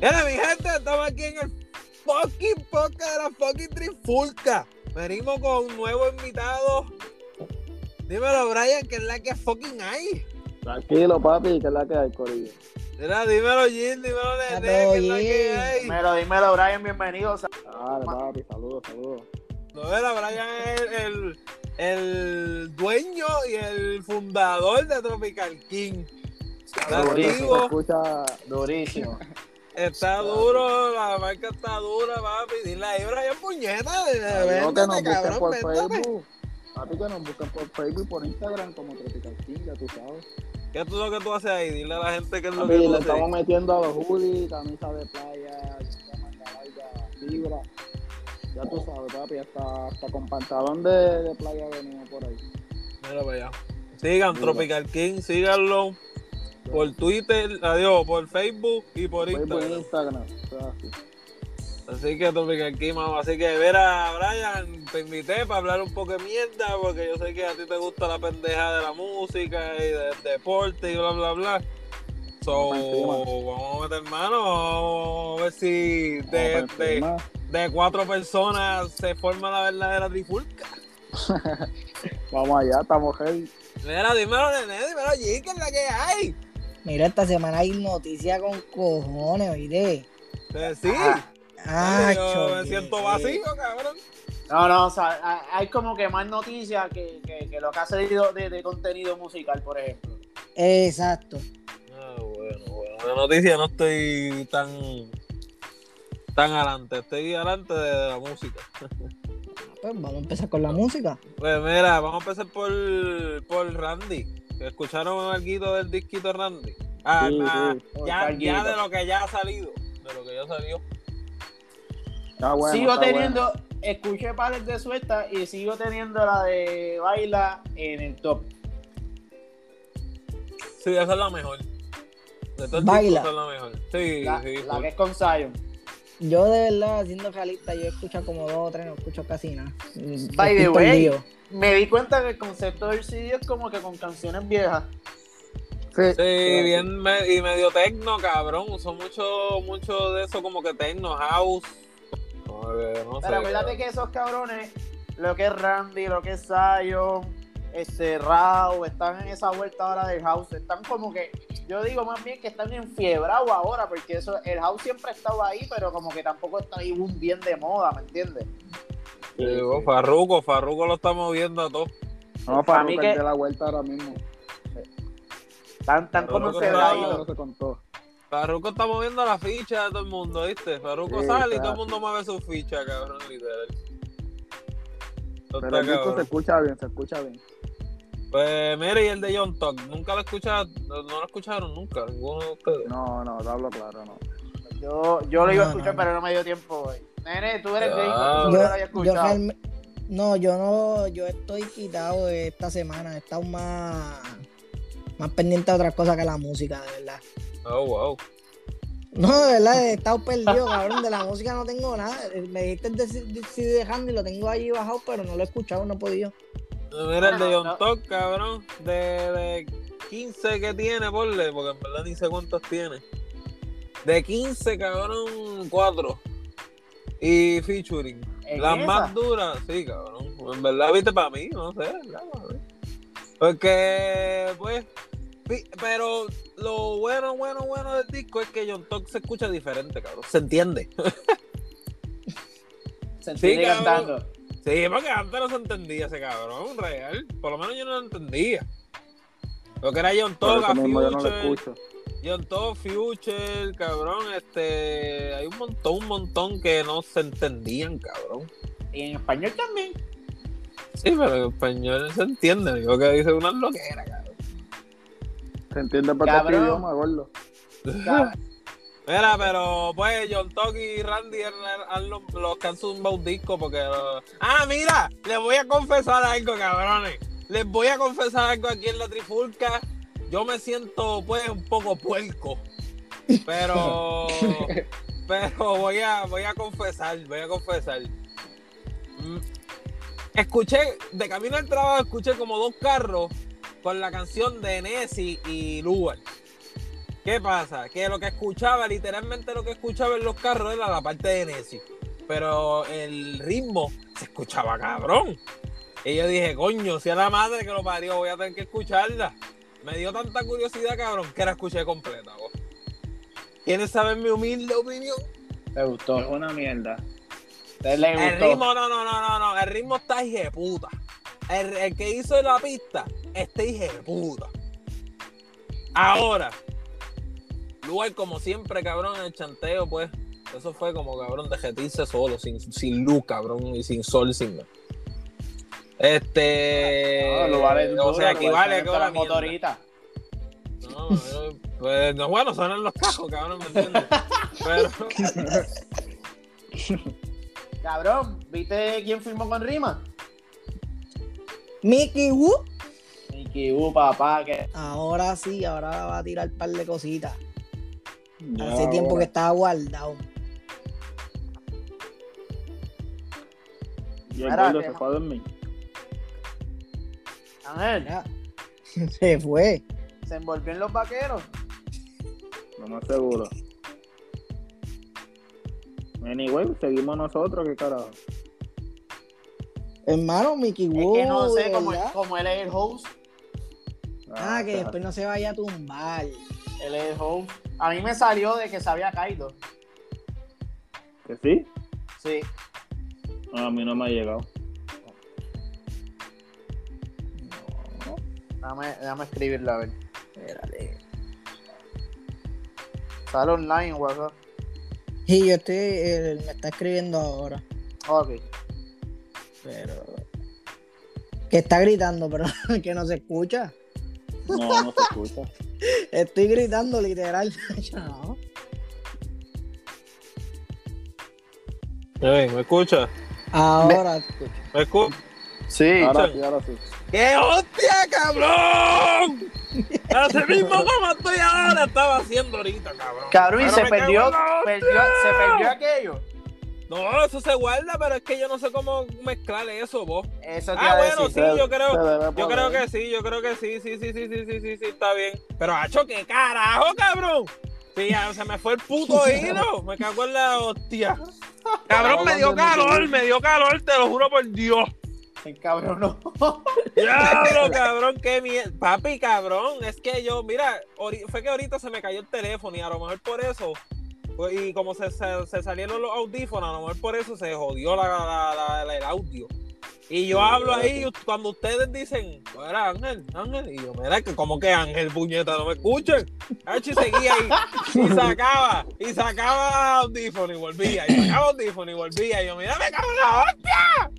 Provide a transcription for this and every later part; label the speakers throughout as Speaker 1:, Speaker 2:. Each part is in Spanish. Speaker 1: Mira, mi gente, estamos aquí en el fucking podcast de la fucking trifulca. Venimos con un nuevo invitado. Dímelo, Brian, que es la que fucking hay.
Speaker 2: Tranquilo, papi, que es la que hay, Corillo.
Speaker 1: Mira, dímelo, Jim, dímelo, Nene, que es la que hay.
Speaker 3: Dímelo, dímelo, Brian, bienvenido. Sa-
Speaker 2: Dale, papi, saludos, saludos.
Speaker 1: No, mira, Brian es el, el- el dueño y el fundador de Tropical King. Está
Speaker 3: Durísimo.
Speaker 2: Se
Speaker 1: activo,
Speaker 2: escucha,
Speaker 3: Durísimo.
Speaker 1: está duro, la marca está dura, papi. Dile ahí, Brian, puñeta.
Speaker 2: no que nos
Speaker 1: Véndete,
Speaker 2: busquen
Speaker 1: cabrón,
Speaker 2: por
Speaker 1: véndete.
Speaker 2: Facebook. Papi, que nos busquen por Facebook y por Instagram como Tropical King, ya tú sabes.
Speaker 1: ¿Qué es lo que tú haces ahí? Dile a la gente qué es lo
Speaker 2: Papi,
Speaker 1: que tú
Speaker 2: le
Speaker 1: haces.
Speaker 2: estamos metiendo a los hoodies, camisa de playa, chica manga larga, fibra. Ya tú sabes, papi, hasta, hasta con pantalón de, de playa venimos por ahí.
Speaker 1: Mira para allá. Sigan
Speaker 2: Mira.
Speaker 1: Tropical King, síganlo por Twitter, adiós, por Facebook y por
Speaker 2: Facebook e
Speaker 1: Instagram.
Speaker 2: Instagram. o sea, así.
Speaker 1: Así que Tropical King, mamá. Así que verá, Brian, te invité para hablar un poco de mierda, porque yo sé que a ti te gusta la pendeja de la música y del deporte y bla, bla, bla. So,
Speaker 2: Vamos pa' encima.
Speaker 1: vamos a meter mano, vamos a ver si de,
Speaker 2: Vamos para
Speaker 1: de-
Speaker 2: encima.
Speaker 1: de cuatro personas se forma la verdadera trifulca.
Speaker 2: Vamos allá, estamos heavy.
Speaker 1: Mira, dímelo, nene, dímelo, G, que es la que hay.
Speaker 4: Mira, esta semana hay noticias con cojones, oíste.
Speaker 1: Eh, Sí.
Speaker 4: Ah,
Speaker 1: yo me
Speaker 4: chole.
Speaker 1: siento vacío, cabrón.
Speaker 3: No, no, o sea, ha- hay como que más noticias que, que, que lo que ha salido de, de contenido musical, por ejemplo.
Speaker 4: Exacto.
Speaker 1: Ah, bueno, bueno. La noticia no estoy tan tan adelante, estoy adelante de la música.
Speaker 4: Pues vamos a empezar con la música.
Speaker 1: Pues mira, vamos a empezar por, por Randy. ¿Escucharon algo del disquito de Randy? Ah,
Speaker 2: Sí,
Speaker 1: na-
Speaker 2: sí.
Speaker 1: Ya,
Speaker 3: Por
Speaker 1: ya
Speaker 3: alguito.
Speaker 1: de lo que ya ha salido. De lo que ya salió.
Speaker 2: Está bueno,
Speaker 3: sigo
Speaker 2: está bueno.
Speaker 3: teniendo, escuché pares de suelta y sigo teniendo la de baila en el top.
Speaker 1: Sí, esa es la mejor. De todo el disco,
Speaker 4: Baila.
Speaker 1: esa es la mejor. Sí,
Speaker 3: La,
Speaker 1: sí.
Speaker 3: la
Speaker 1: full.
Speaker 3: que es con Zion.
Speaker 4: Yo de verdad, siendo realista, yo escucho como dos o tres, no escucho casi nada. Mm,
Speaker 3: By the
Speaker 4: estoy
Speaker 3: way.
Speaker 4: perdido.
Speaker 3: Me di cuenta que el concepto del CD es como que con canciones viejas.
Speaker 2: Sí,
Speaker 1: Sí, bien me- y medio tecno, cabrón. Usó mucho, mucho de eso como que tecno, house. Como que, no sé,
Speaker 3: Pero acuérdate
Speaker 1: cabrón.
Speaker 3: que esos cabrones, lo que es Randy, lo que es Zion, este Rao, están en esa vuelta ahora del house. Están como que, yo digo más bien que están enfiebrados ahora, porque eso, el house siempre ha estado ahí, pero como que tampoco está ahí un bien de moda, ¿me entiendes?
Speaker 2: sí,
Speaker 1: Llegó
Speaker 2: sí.
Speaker 1: Farruko, Farruko lo está moviendo a todos.
Speaker 2: No,
Speaker 3: Pa'
Speaker 2: para
Speaker 3: mí
Speaker 2: mí
Speaker 3: que-
Speaker 2: que la vuelta ahora mismo.
Speaker 3: Están, están
Speaker 1: Pero
Speaker 3: como
Speaker 1: no
Speaker 3: enfiebrados.
Speaker 1: creo.
Speaker 2: se contó.
Speaker 1: Farruko está moviendo la ficha de todo el mundo, ¿viste? Farruko
Speaker 2: Sí,
Speaker 1: sale y
Speaker 2: está.
Speaker 1: todo el mundo mueve su ficha, cabrón, literal. Eso
Speaker 2: Pero
Speaker 1: está
Speaker 2: el disco se
Speaker 1: cabrón.
Speaker 2: escucha bien, se escucha bien.
Speaker 1: Pues mire, y el de John Talk, nunca lo escucharon, no no lo escucharon nunca, ninguno de ustedes.
Speaker 2: No, no, te hablo claro, no.
Speaker 3: Yo, yo lo iba a
Speaker 4: No,
Speaker 3: escuchar,
Speaker 4: no.
Speaker 3: pero no me dio tiempo hoy. Nene, tú eres
Speaker 1: Ah. Yo-
Speaker 4: Yo,
Speaker 3: gringo, tú no lo habías
Speaker 4: yo
Speaker 3: escuchado.
Speaker 4: realme- no, yo no, yo estoy quitado de esta semana. He estado más, más pendiente a otras cosas que la música, de verdad.
Speaker 1: Oh, wow.
Speaker 4: No, de verdad, he estado perdido, cabrón. De la música no tengo nada. Me dijiste el de CD de Handy, lo tengo allí bajado, pero no lo he escuchado, no he podido.
Speaker 1: Mira, el de
Speaker 3: Bueno,
Speaker 1: John
Speaker 3: no.
Speaker 1: Talk, cabrón, de, de 15 que tiene, porle, porque en verdad ni sé cuántos tiene. De 15, cabrón, 4. Y featuring.
Speaker 3: ¿En
Speaker 1: Las
Speaker 3: esa?
Speaker 1: más duras, sí, cabrón. En verdad, viste, para mí, no sé, ¿verdad? Para mí. Porque, pues, fi- pero lo bueno, bueno, bueno del disco es que John Talk se escucha diferente, cabrón. Se entiende.
Speaker 3: Se sigue
Speaker 1: cabrón.
Speaker 3: cantando.
Speaker 1: Sí, porque antes no se entendía ese cabrón, real. Por lo menos yo no lo entendía. Lo que era John
Speaker 2: Por
Speaker 1: Talk,
Speaker 2: eso
Speaker 1: a
Speaker 2: mismo yo no lo
Speaker 1: Future,
Speaker 2: escucho.
Speaker 1: John Talk, Future, cabrón, este, hay un montón, un montón que no se entendían, cabrón.
Speaker 3: Y en español también.
Speaker 1: Sí, pero en español se entiende, digo que dice una loquera, cabrón.
Speaker 2: Se entiende para
Speaker 3: Cabrón.
Speaker 2: cualquier idioma, gordo.
Speaker 3: Cabrón,
Speaker 1: Mira, pero pues John Talk y Randy eran- eran los, los que han zumbado un disco porque... uh, Ah, mira, les voy a confesar algo, cabrones. Les voy a confesar algo aquí en la trifulca. Yo me siento pues un poco puerco. Pero... pero voy a, voy a confesar, voy a confesar. Mm, Escuché, de camino al trabajo, escuché como dos carros con la canción de Nessie y Lugar. ¿Qué pasa? Que lo que escuchaba, literalmente lo que escuchaba en los carros era la parte de Nessie. Pero el ritmo se escuchaba cabrón. Y yo dije, coño, si a la madre que lo parió, voy a tener que escucharla. Me dio tanta curiosidad, cabrón, que la escuché completa, vos. ¿Quieres saber mi humilde opinión?
Speaker 3: Te gustó.
Speaker 2: Es una mierda.
Speaker 3: Te le
Speaker 1: El
Speaker 3: gustó.
Speaker 1: ritmo, no, no, no, no, no. El ritmo está hijeputa. El, el que hizo la pista está hijeputa. Ahora, lugar como siempre, cabrón, el chanteo, pues. Eso fue como, cabrón, de jetirse solo, sin, sin luz, cabrón, y sin sol, sin nada. Este.
Speaker 3: No, lo vale
Speaker 1: o
Speaker 3: duro,
Speaker 1: sea,
Speaker 3: lo
Speaker 1: aquí vale que
Speaker 3: conectar
Speaker 1: una
Speaker 3: la
Speaker 1: mierda.
Speaker 3: motorita.
Speaker 1: No, yo- pues, no, bueno, suenan los cajos, cabrón, ¿me entiendes? Pero.
Speaker 3: Cabrón, ¿viste quién firmó con Rima?
Speaker 4: Mickey Wu.
Speaker 3: Mickey U, uh, papá, que
Speaker 4: Ahora sí, ahora va a tirar un par de cositas.
Speaker 2: Ya,
Speaker 4: Hace tiempo que
Speaker 2: bueno.
Speaker 4: estaba guardado.
Speaker 2: Y el
Speaker 3: Espérate,
Speaker 2: gordo se
Speaker 3: ¿no?
Speaker 2: fue a dormir.
Speaker 3: Ángel
Speaker 4: Mira, Se fue.
Speaker 3: se envolvió en los vaqueros.
Speaker 2: Lo más seguro. Anyway, seguimos nosotros, qué carajo.
Speaker 4: Hermano, Mickey
Speaker 3: Es
Speaker 4: Wu.
Speaker 3: que no sé,
Speaker 4: de
Speaker 3: como,
Speaker 4: verdad.
Speaker 3: como él es el host,
Speaker 4: Ah, que
Speaker 2: ya.
Speaker 4: después no se vaya a tumbar.
Speaker 3: él es el host. A mí me salió de que se había caído.
Speaker 2: ¿Que sí?
Speaker 3: Sí.
Speaker 2: Ah, a mí no me ha llegado.
Speaker 3: Déjame, déjame escribirlo a ver.
Speaker 4: Espérate.
Speaker 3: Sale online, WhatsApp.
Speaker 4: Y yo estoy. eh, me está escribiendo ahora.
Speaker 3: Ok.
Speaker 4: Pero. Que está gritando, pero que no se escucha.
Speaker 2: No, no se escucha.
Speaker 4: Estoy gritando literal. No.
Speaker 1: Ey, ¿Me escucha?
Speaker 4: Ahora se escucha.
Speaker 1: ¿Me escucha?
Speaker 3: Sí.
Speaker 2: Ahora sí, ahora sí.
Speaker 1: ¡Qué hostia, cabrón! Así mismo como estoy ahora, estaba haciendo ahorita, cabrón.
Speaker 3: Cabrón, y
Speaker 1: Pero
Speaker 3: se
Speaker 1: me
Speaker 3: perdió,
Speaker 1: cago en la hostia.
Speaker 3: perdió- se perdió aquello.
Speaker 1: No, eso se guarda, pero es que yo no sé cómo mezclar eso, vos.
Speaker 3: Eso te
Speaker 1: Ah,
Speaker 3: iba a
Speaker 1: bueno, sí,
Speaker 3: decir.
Speaker 1: yo
Speaker 2: Se
Speaker 1: creo.
Speaker 2: debe
Speaker 1: Yo
Speaker 2: poner.
Speaker 1: creo que sí, yo creo que sí, sí, sí, sí, sí, sí, sí, sí, está bien. Pero, hacho, qué carajo, cabrón. Sí, ya se me fue el puto hilo. Me cago en la hostia. Cabrón, me dio calor, me dio calor, te lo juro por Dios.
Speaker 3: El cabrón no.
Speaker 1: Diablo, cabrón, qué mierda. Papi, cabrón, es que yo, mira, ori- fue que ahorita se me cayó el teléfono y a lo mejor por eso, pues, y como se, se- se salieron los audífonos, a lo mejor por eso se jodió la, la- la- la- el audio. Y yo hablo ahí, y ut- cuando ustedes dicen, era Ángel, Ángel, y yo, mira, que como que Ángel, puñeta, no me escuchen. Hacho, y seguía ahí, y sacaba, y sacaba audífono y volvía, y sacaba audífono y volvía, y yo, mira, me cago en la hostia.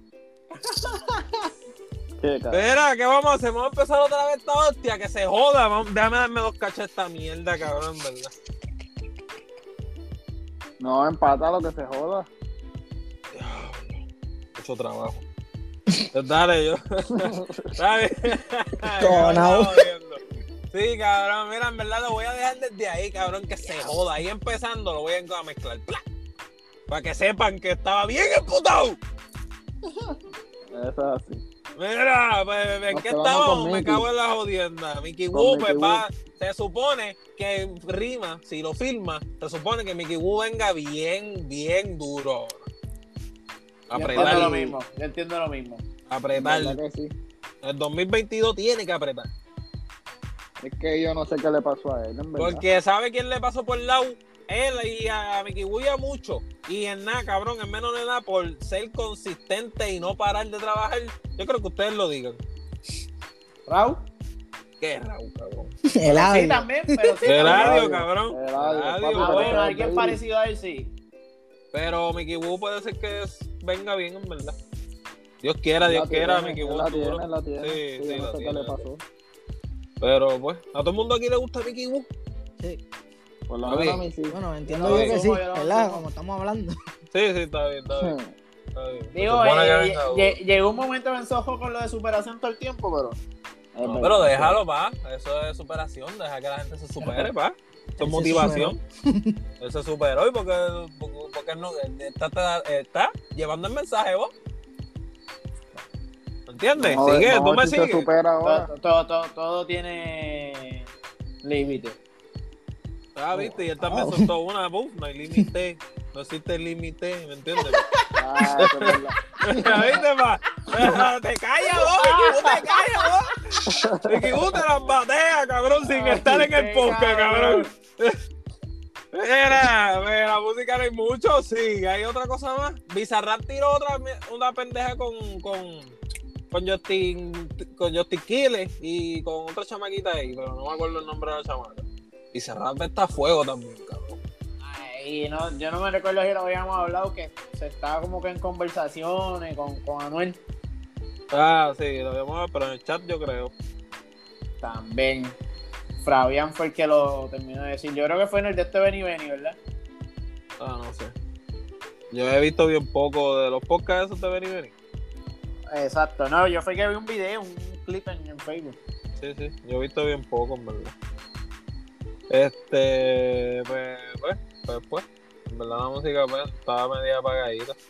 Speaker 2: Qué carajo.
Speaker 1: Espera, ¿qué vamos a hacer? Vamos a empezar otra vez esta hostia, que se joda. Vamos, déjame darme dos cachas a esta mierda, cabrón, ¿verdad?
Speaker 2: No, empata lo que se joda.
Speaker 1: Mucho trabajo. Pues Dale, yo. Dale.
Speaker 4: Conao.
Speaker 1: Sí, cabrón, mira, en verdad lo voy a dejar desde ahí, cabrón, que se joda. Ahí empezando lo voy a mezclar. ¡Pla! Para que sepan que estaba bien emputado.
Speaker 2: Eso es así.
Speaker 1: Mira, pues, ¿en
Speaker 2: Nos
Speaker 1: qué
Speaker 2: quedamos
Speaker 1: estábamos?
Speaker 2: con
Speaker 1: Me
Speaker 2: Mickey.
Speaker 1: cago en la jodienda. Mickey
Speaker 2: Con
Speaker 1: Wu,
Speaker 2: Mickey
Speaker 1: pues
Speaker 2: Wu.
Speaker 1: va, se supone que rima, si lo firma, se supone que Mickey Wu venga bien, bien duro.
Speaker 3: Yo entiendo lo
Speaker 1: Apretar,
Speaker 3: mismo. Yo entiendo lo mismo.
Speaker 2: ¿Verdad
Speaker 1: apretar.
Speaker 2: que sí?
Speaker 1: El 2022 tiene que apretar.
Speaker 2: Es que yo no sé qué le pasó a él, en verdad.
Speaker 1: Porque sabe quién le pasó por el lado. Él y a Mickey Wu ya mucho. Y en nada, cabrón, en menos de nada, por ser consistente y no parar de trabajar. Yo creo que ustedes lo digan.
Speaker 3: Raúl.
Speaker 1: Qué Raúl, cabrón.
Speaker 4: El
Speaker 3: Sí,
Speaker 4: audio.
Speaker 3: también, pero sí.
Speaker 1: Qué radio,
Speaker 2: radio,
Speaker 1: cabrón.
Speaker 2: el
Speaker 1: Qué radio,
Speaker 2: radio, Eh, papi,
Speaker 3: Ah,
Speaker 1: cabrón.
Speaker 3: bueno, alguien parecido a él sí.
Speaker 1: Pero Mickey Wu puede ser que es- venga bien, en verdad. Dios quiera,
Speaker 2: Él
Speaker 1: Dios
Speaker 2: la
Speaker 1: quiera,
Speaker 2: tiene,
Speaker 1: Mickey
Speaker 2: él
Speaker 1: Wu.
Speaker 2: La
Speaker 1: duro.
Speaker 2: tiene, la tiene.
Speaker 1: Sí,
Speaker 2: Sí,
Speaker 1: sí,
Speaker 2: yo
Speaker 1: la
Speaker 2: no sé qué
Speaker 1: tiene,
Speaker 2: le
Speaker 1: la
Speaker 2: pasó.
Speaker 1: Pero pues, a todo el mundo aquí le gusta Mickey Wu.
Speaker 2: Por lo
Speaker 1: Papi.
Speaker 2: menos a mí sí.
Speaker 4: Bueno, entiendo
Speaker 1: Yo
Speaker 4: yo,
Speaker 1: lo
Speaker 4: que sí,
Speaker 3: subo, yo lo
Speaker 4: ¿verdad?
Speaker 3: subo.
Speaker 4: Como estamos hablando.
Speaker 1: Sí, sí, está bien, está bien. Está bien. Se
Speaker 3: Digo,
Speaker 1: supone que
Speaker 3: eh,
Speaker 1: venga
Speaker 3: lle-
Speaker 1: duro.
Speaker 3: lle- llegó un momento en Soho con lo de superación todo el tiempo, pero.
Speaker 1: No, pero déjalo, pa. Eso es superación. Deja que la gente se supere, pa. Eso
Speaker 4: Él
Speaker 1: es
Speaker 4: se
Speaker 1: motivación. Él se superó y porque, porque, porque él no, él está, está, está llevando el mensaje vos. ¿Me ¿Entiendes?
Speaker 2: Vamos a ver-
Speaker 1: Sigue,
Speaker 2: vamos
Speaker 1: tú
Speaker 2: a ver
Speaker 1: me
Speaker 2: si
Speaker 1: sigues.
Speaker 2: Ah. Se supera ahora.
Speaker 3: Todo, todo, todo, todo tiene límite.
Speaker 1: Ah, viste, y él también soltó una, buf, no hay límite, no existe límite, ¿me entiendes?
Speaker 3: Ah, eso es verdad.
Speaker 1: ¿Viste, pa? Te callas vos, tú te callas vos. Ricky Gu te las batea, cabrón, sin
Speaker 3: Ay,
Speaker 1: estar en el
Speaker 3: qué
Speaker 1: podcast, cabrón.
Speaker 3: cabrón.
Speaker 1: Mira, mira, la música no hay mucho, sí. ¿Hay otra cosa más? Bizarrap tiró otra una pendeja con, con, con Justin con Justin Quiles y con otra chamaquita ahí, pero no me acuerdo el nombre de la chamaca. Bizarrap está a fuego también, cabrón.
Speaker 3: Ay, no, yo no me recuerdo si lo habíamos hablado, que se estaba como que en conversaciones con, con Anuel.
Speaker 1: Ah, sí, lo habíamos pero en el chat yo creo.
Speaker 3: También. Fabián fue el que lo terminó de decir. Yo creo que fue en el de este Benny Benny, ¿verdad?
Speaker 1: Ah, no sé. Yo he visto bien poco de los podcasts esos de Benny Benny.
Speaker 3: Exacto. No, yo fue que vi un video, un clip en, en Facebook.
Speaker 1: Sí, sí. Yo he visto bien poco, en verdad. Este, pues, pues, pues, pues. En verdad la música pues, estaba media apagadita.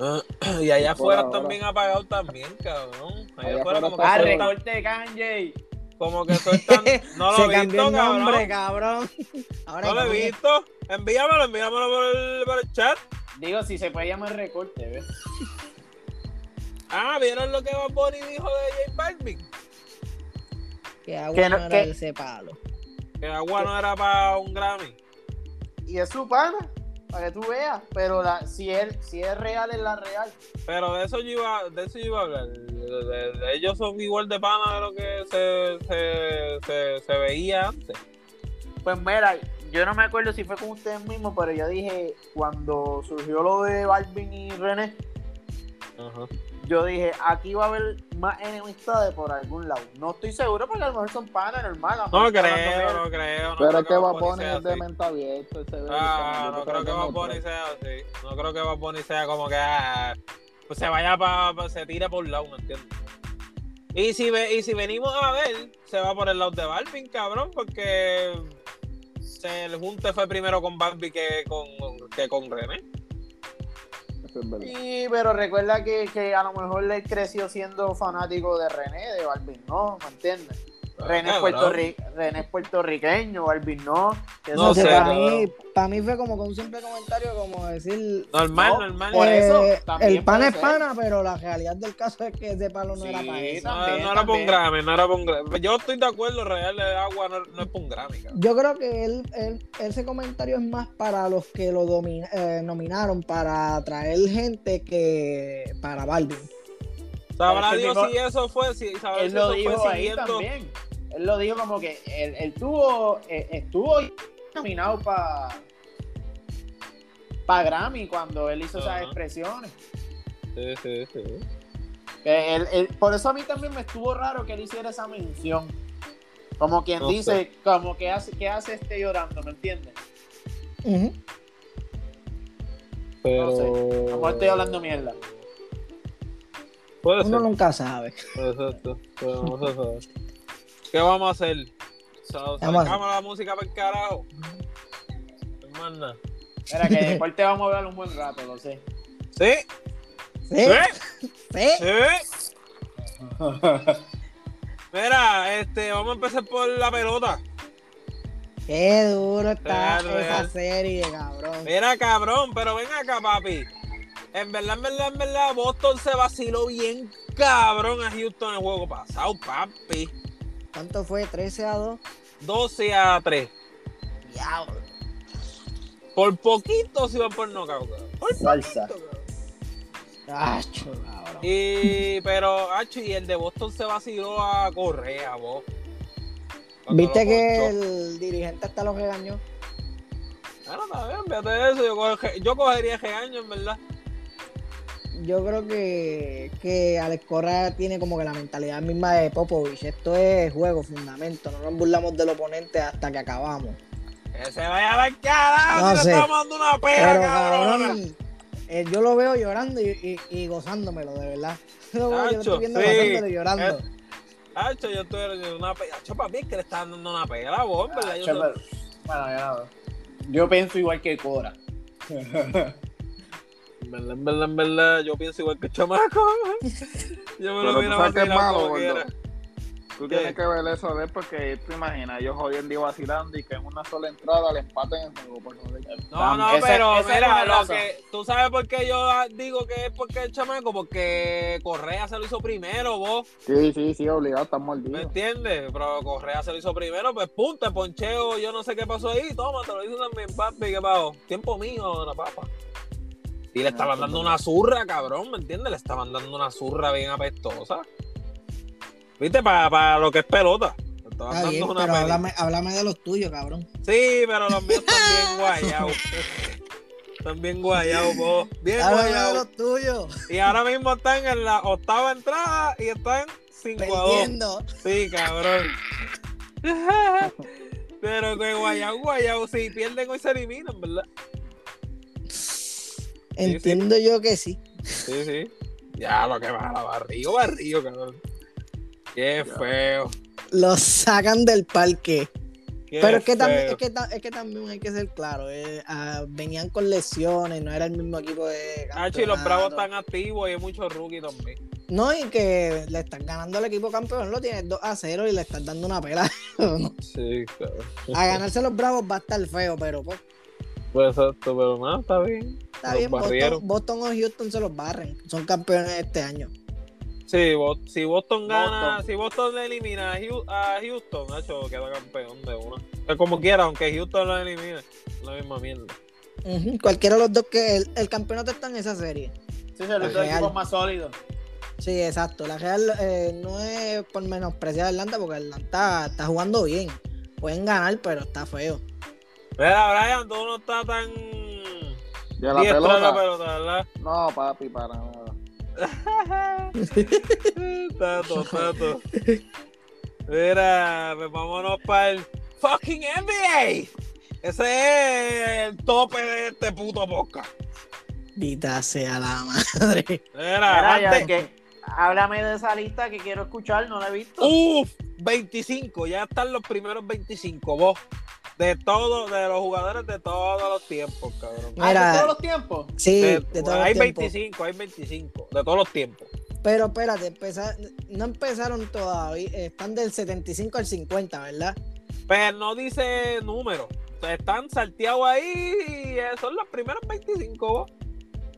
Speaker 1: Ah, Y allá
Speaker 2: Por
Speaker 1: afuera
Speaker 2: ahora.
Speaker 1: también apagado también, cabrón. Allá,
Speaker 2: Allá
Speaker 1: afuera
Speaker 2: afuera
Speaker 1: como que,
Speaker 3: Ah,
Speaker 2: está
Speaker 1: sueltan-
Speaker 3: recorte Kanye.
Speaker 1: como que sueltan. No
Speaker 4: Se
Speaker 1: lo he
Speaker 4: cambió
Speaker 1: visto,
Speaker 4: el nombre,
Speaker 1: cabrón.
Speaker 4: cabrón. Ahora
Speaker 1: No lo he
Speaker 4: cambié.
Speaker 1: visto. Envíamelo, envíamelo por el, por el chat.
Speaker 3: Digo, si se puede llamar recorte, ¿ves?
Speaker 1: Ah, ¿vieron lo que Bad Bunny dijo de J Balvin?
Speaker 4: Que agua
Speaker 3: Que
Speaker 4: no,
Speaker 3: no-
Speaker 4: era
Speaker 3: que-
Speaker 4: ese palo.
Speaker 1: Que agua no era para un Grammy.
Speaker 3: Y es su pana, para que tú veas. Pero la, si, él, si es real, es la real.
Speaker 1: Pero de eso yo iba, de eso yo iba a hablar. De- de- de- ellos son igual de pana de lo que se, se, se, se veía antes.
Speaker 3: Pues mira, yo no me acuerdo si fue con ustedes mismos, pero yo dije, cuando surgió lo de Balvin y René, yo dije, aquí va a haber más enemistades por algún lado. No estoy seguro porque a lo mejor son panas normal. a lo
Speaker 1: No
Speaker 3: mejor están
Speaker 1: creo,
Speaker 3: hablando
Speaker 1: no creo. No
Speaker 2: Pero
Speaker 1: creo
Speaker 2: es que Bad
Speaker 1: Bunny
Speaker 2: Bunny
Speaker 1: sea
Speaker 2: es de
Speaker 1: así.
Speaker 2: mente abierta. él se ve
Speaker 1: Ah,
Speaker 2: como-
Speaker 1: no
Speaker 2: yo
Speaker 1: creo que Bad
Speaker 2: no,
Speaker 1: Bunny
Speaker 2: pero-
Speaker 1: sea así. No creo que Bad Bunny sea como que ah, pues se vaya para, se tira por un lado, ¿me entiendes? Y si, ve, y si venimos a ver, se va por el lado de Balvin, cabrón, porque se, el junte fue primero con Balvin que con, que con René.
Speaker 2: Eso es verdad.
Speaker 3: Sí, pero recuerda que, que a lo mejor él creció siendo fanático de René, de Balvin, ¿no? ¿Me entiendes? René, es
Speaker 1: Ah, Cabrón.
Speaker 3: puertorri- René es puertorriqueño, Balvin no. que
Speaker 1: No
Speaker 3: eso
Speaker 1: sé,
Speaker 3: se
Speaker 4: para,
Speaker 3: va-
Speaker 4: mí, para mí fue como con un simple comentario, como decir.
Speaker 1: Normal,
Speaker 3: No, pues,
Speaker 1: normal.
Speaker 3: por
Speaker 4: eh,
Speaker 3: eso, también
Speaker 4: el pan
Speaker 3: puede
Speaker 4: es
Speaker 3: ser.
Speaker 4: pana, pero la realidad del caso es que ese palo no
Speaker 3: Sí,
Speaker 4: era para eso.
Speaker 1: No,
Speaker 3: También,
Speaker 1: no era por un
Speaker 3: también.
Speaker 1: Grammy, no era por un Grammy. Yo estoy de acuerdo, Real de Agua no, no es por un Grammy, cabrón.
Speaker 4: Yo creo que él, él- ese comentario es más para los que lo domina- eh, nominaron para atraer gente que para Balvin.
Speaker 1: Sabrá
Speaker 3: Ese
Speaker 1: Dios
Speaker 3: tipo-
Speaker 1: si eso fue, si, sabrá
Speaker 3: él
Speaker 1: si
Speaker 3: lo
Speaker 1: eso
Speaker 3: dijo
Speaker 1: fue
Speaker 3: ahí
Speaker 1: siguiendo.
Speaker 3: también. Él lo dijo como que él, él tuvo, eh, estuvo nominado para para Grammy cuando él hizo esas
Speaker 1: Ajá.
Speaker 3: expresiones.
Speaker 1: Sí, sí, sí.
Speaker 3: Que él- él- por eso a mí también me estuvo raro que él hiciera esa mención. Como quien
Speaker 1: No sé.
Speaker 3: dice, como que hace, que hace este llorando, ¿me entiendes?
Speaker 4: Ujú.
Speaker 1: Pero.
Speaker 3: No sé, a lo mejor estoy hablando mierda.
Speaker 1: Puede
Speaker 4: Uno
Speaker 1: ser.
Speaker 4: nunca sabe.
Speaker 1: Exacto. Pero vamos a saber. ¿Qué vamos a hacer? Sa-
Speaker 4: Vamos a
Speaker 1: Sacamos la música para el carajo. Hermana.
Speaker 3: Mira que después te vamos a hablar un buen rato, lo sé.
Speaker 1: Sí,
Speaker 4: Sí,
Speaker 1: sí,
Speaker 4: sí.
Speaker 1: sí. Mira, este, vamos a empezar por la pelota.
Speaker 4: Qué duro está
Speaker 1: Real, real.
Speaker 4: esa serie, cabrón.
Speaker 1: Mira, cabrón, pero ven acá, papi. En verdad, en verdad, en verdad, Boston se vaciló bien cabrón a Houston en el juego pasado, papi.
Speaker 4: ¿Cuánto fue? 13 a 2.
Speaker 1: 12 a 3.
Speaker 4: Diablo.
Speaker 1: Por poquito se iban por knockout, cabrón. Por
Speaker 3: Salsa.
Speaker 1: poquito, cabrón.
Speaker 4: Acho, cabrón.
Speaker 1: Y, pero, acho, y el de Boston se vaciló a Correa, vos. Cuando
Speaker 4: ¿Viste
Speaker 1: lo
Speaker 4: que
Speaker 1: ponchó.
Speaker 4: el dirigente hasta los regañó?
Speaker 1: Ah, no, está bien, fíjate de eso. Yo, coge- yo cogería ese año, en verdad.
Speaker 4: Yo creo que, que Alex Correa tiene como que la mentalidad misma de Popovich. Esto es juego, fundamento. No nos burlamos del oponente hasta que acabamos.
Speaker 1: Eh, Que se vaya a ver carajo,
Speaker 4: No
Speaker 1: si le
Speaker 4: sé.
Speaker 1: estamos dando una pera,
Speaker 4: Pero
Speaker 1: cabrón.
Speaker 4: cabrón, eh, yo lo veo llorando y, y, y gozándomelo, de verdad. Lo veo, yo lo
Speaker 1: Nacho,
Speaker 4: estoy viendo
Speaker 1: sí. Eh,
Speaker 4: gozándomelo y llorando.
Speaker 1: Es- Hacho, yo estoy en una pela. Hacho, papi, es que le están dando una pela, vos, en ¿verdad?
Speaker 3: Ah,
Speaker 1: Yo
Speaker 3: che,
Speaker 1: sé-
Speaker 3: pero- Bueno, ya nada. Yo pienso igual que Cora.
Speaker 1: En verdad, en verdad, en verdad, yo pienso igual que el chamaco. Yo me
Speaker 2: Pero
Speaker 1: lo
Speaker 2: tú
Speaker 1: hubiera
Speaker 2: sabes que es
Speaker 1: vacilado
Speaker 2: malo,
Speaker 1: como
Speaker 2: gordo.
Speaker 1: quiera.
Speaker 2: Tú
Speaker 1: ¿Qué?
Speaker 2: tienes que ver eso de él porque te imaginas, yo jodiendo y vacilando y que en una sola entrada le empaten el juego, por favor.
Speaker 1: No, no,
Speaker 3: Ese-
Speaker 1: pero
Speaker 3: esa es
Speaker 1: mira,
Speaker 3: una
Speaker 1: lo
Speaker 3: cosa.
Speaker 1: que, tú sabes por qué yo digo que es porque el chamaco, porque Correa se lo hizo primero, vos,
Speaker 2: Sí, sí, sí, obligado, estás
Speaker 1: ¿me
Speaker 2: mordido.
Speaker 1: entiendes? Pero Correa se lo hizo primero, pues punta, poncheo, yo no sé qué pasó ahí, toma, te lo hizo también, papi, qué pasó, tiempo mío, la papa. Y le estaban dando una zurra, cabrón, ¿me entiendes? Le estaban dando una zurra bien apestosa. ¿Viste? Para lo que es pelota. Le estaban
Speaker 4: Está
Speaker 1: dando
Speaker 4: bien,
Speaker 1: una
Speaker 4: pero
Speaker 1: peli-
Speaker 4: háblame, háblame de los tuyos, cabrón.
Speaker 1: Sí, pero los míos están bien guayados. Están bien guayados, po. Bien
Speaker 4: Háblame de
Speaker 1: guayados.
Speaker 4: los tuyos.
Speaker 1: Y ahora mismo están en la octava entrada y están 5 a 2.
Speaker 4: Perdiendo.
Speaker 1: Sí, cabrón. Pero que guayao, guayao, si pierden hoy se eliminan, ¿verdad? sí.
Speaker 4: Entiendo yo que sí.
Speaker 1: Sí, sí. Ya, lo que va, la barrigo, barrigo, cabrón. Qué feo.
Speaker 4: Los sacan del parque.
Speaker 1: qué
Speaker 4: Pero es que,
Speaker 1: feo.
Speaker 4: también, es, que, ta- es que también hay que ser claro. eh, ah, venían con lesiones, no era el mismo equipo de.
Speaker 1: Nacho, y Ah, los bravos
Speaker 4: campeonato.
Speaker 1: están activos y hay muchos rookies también.
Speaker 4: No, y que le están ganando al equipo campeón, lo tienes 2 a 0 y le están dando una pela.
Speaker 1: Sí, claro.
Speaker 4: a ganarse los bravos va a estar feo, pero pues.
Speaker 1: Pues exacto, pero nada, está bien.
Speaker 4: Está
Speaker 1: Los
Speaker 4: bien,
Speaker 1: barrieron.
Speaker 4: Boston, Boston o Houston se los barren. Son campeones este año.
Speaker 1: Sí, Bo- si Boston gana,
Speaker 3: Boston.
Speaker 1: si Boston le elimina a, Hu- a Houston, Nacho queda campeón de una. Que como quiera, aunque Houston lo elimine, la misma mierda.
Speaker 4: Ujú, Cualquiera de los dos que el, el campeonato está en esa serie.
Speaker 3: Sí, son
Speaker 4: Es
Speaker 3: los dos
Speaker 4: Pues real.
Speaker 3: equipos más sólidos.
Speaker 4: Sí, exacto. La Real eh, no es por menospreciar a Atlanta porque Atlanta está jugando bien. Pueden ganar, pero está feo.
Speaker 1: Mira, Brian, tú no estás tan
Speaker 2: Ya la
Speaker 1: diestro en la
Speaker 2: pelota.
Speaker 1: pelota, ¿verdad?
Speaker 2: No, papi, para nada.
Speaker 1: Tato, tato. Mira, pues vámonos para el fucking NBA. Ese es el tope de este puto podcast.
Speaker 4: Dita sea la madre.
Speaker 1: Mira,
Speaker 3: Mira, ya,
Speaker 1: antes,
Speaker 3: Ah, que- háblame de esa lista que quiero escuchar, no la he visto.
Speaker 1: Uf, 25, ya están los primeros 25, vos. De todo, de los jugadores de todos los tiempos, cabrón.
Speaker 3: Ah, ¿de
Speaker 4: Mira.
Speaker 3: todos los tiempos.
Speaker 4: Sí,
Speaker 1: De-
Speaker 4: de, todos los
Speaker 1: Eh, hay
Speaker 4: tiempos.
Speaker 1: 25, hay 25, de todos los tiempos.
Speaker 4: Pero espérate, empeza- no empezaron todavía. Están del 75 al 50, ¿verdad?
Speaker 1: Pero no dice número. O sea, Están salteados ahí y eh, son los primeros 25, vos.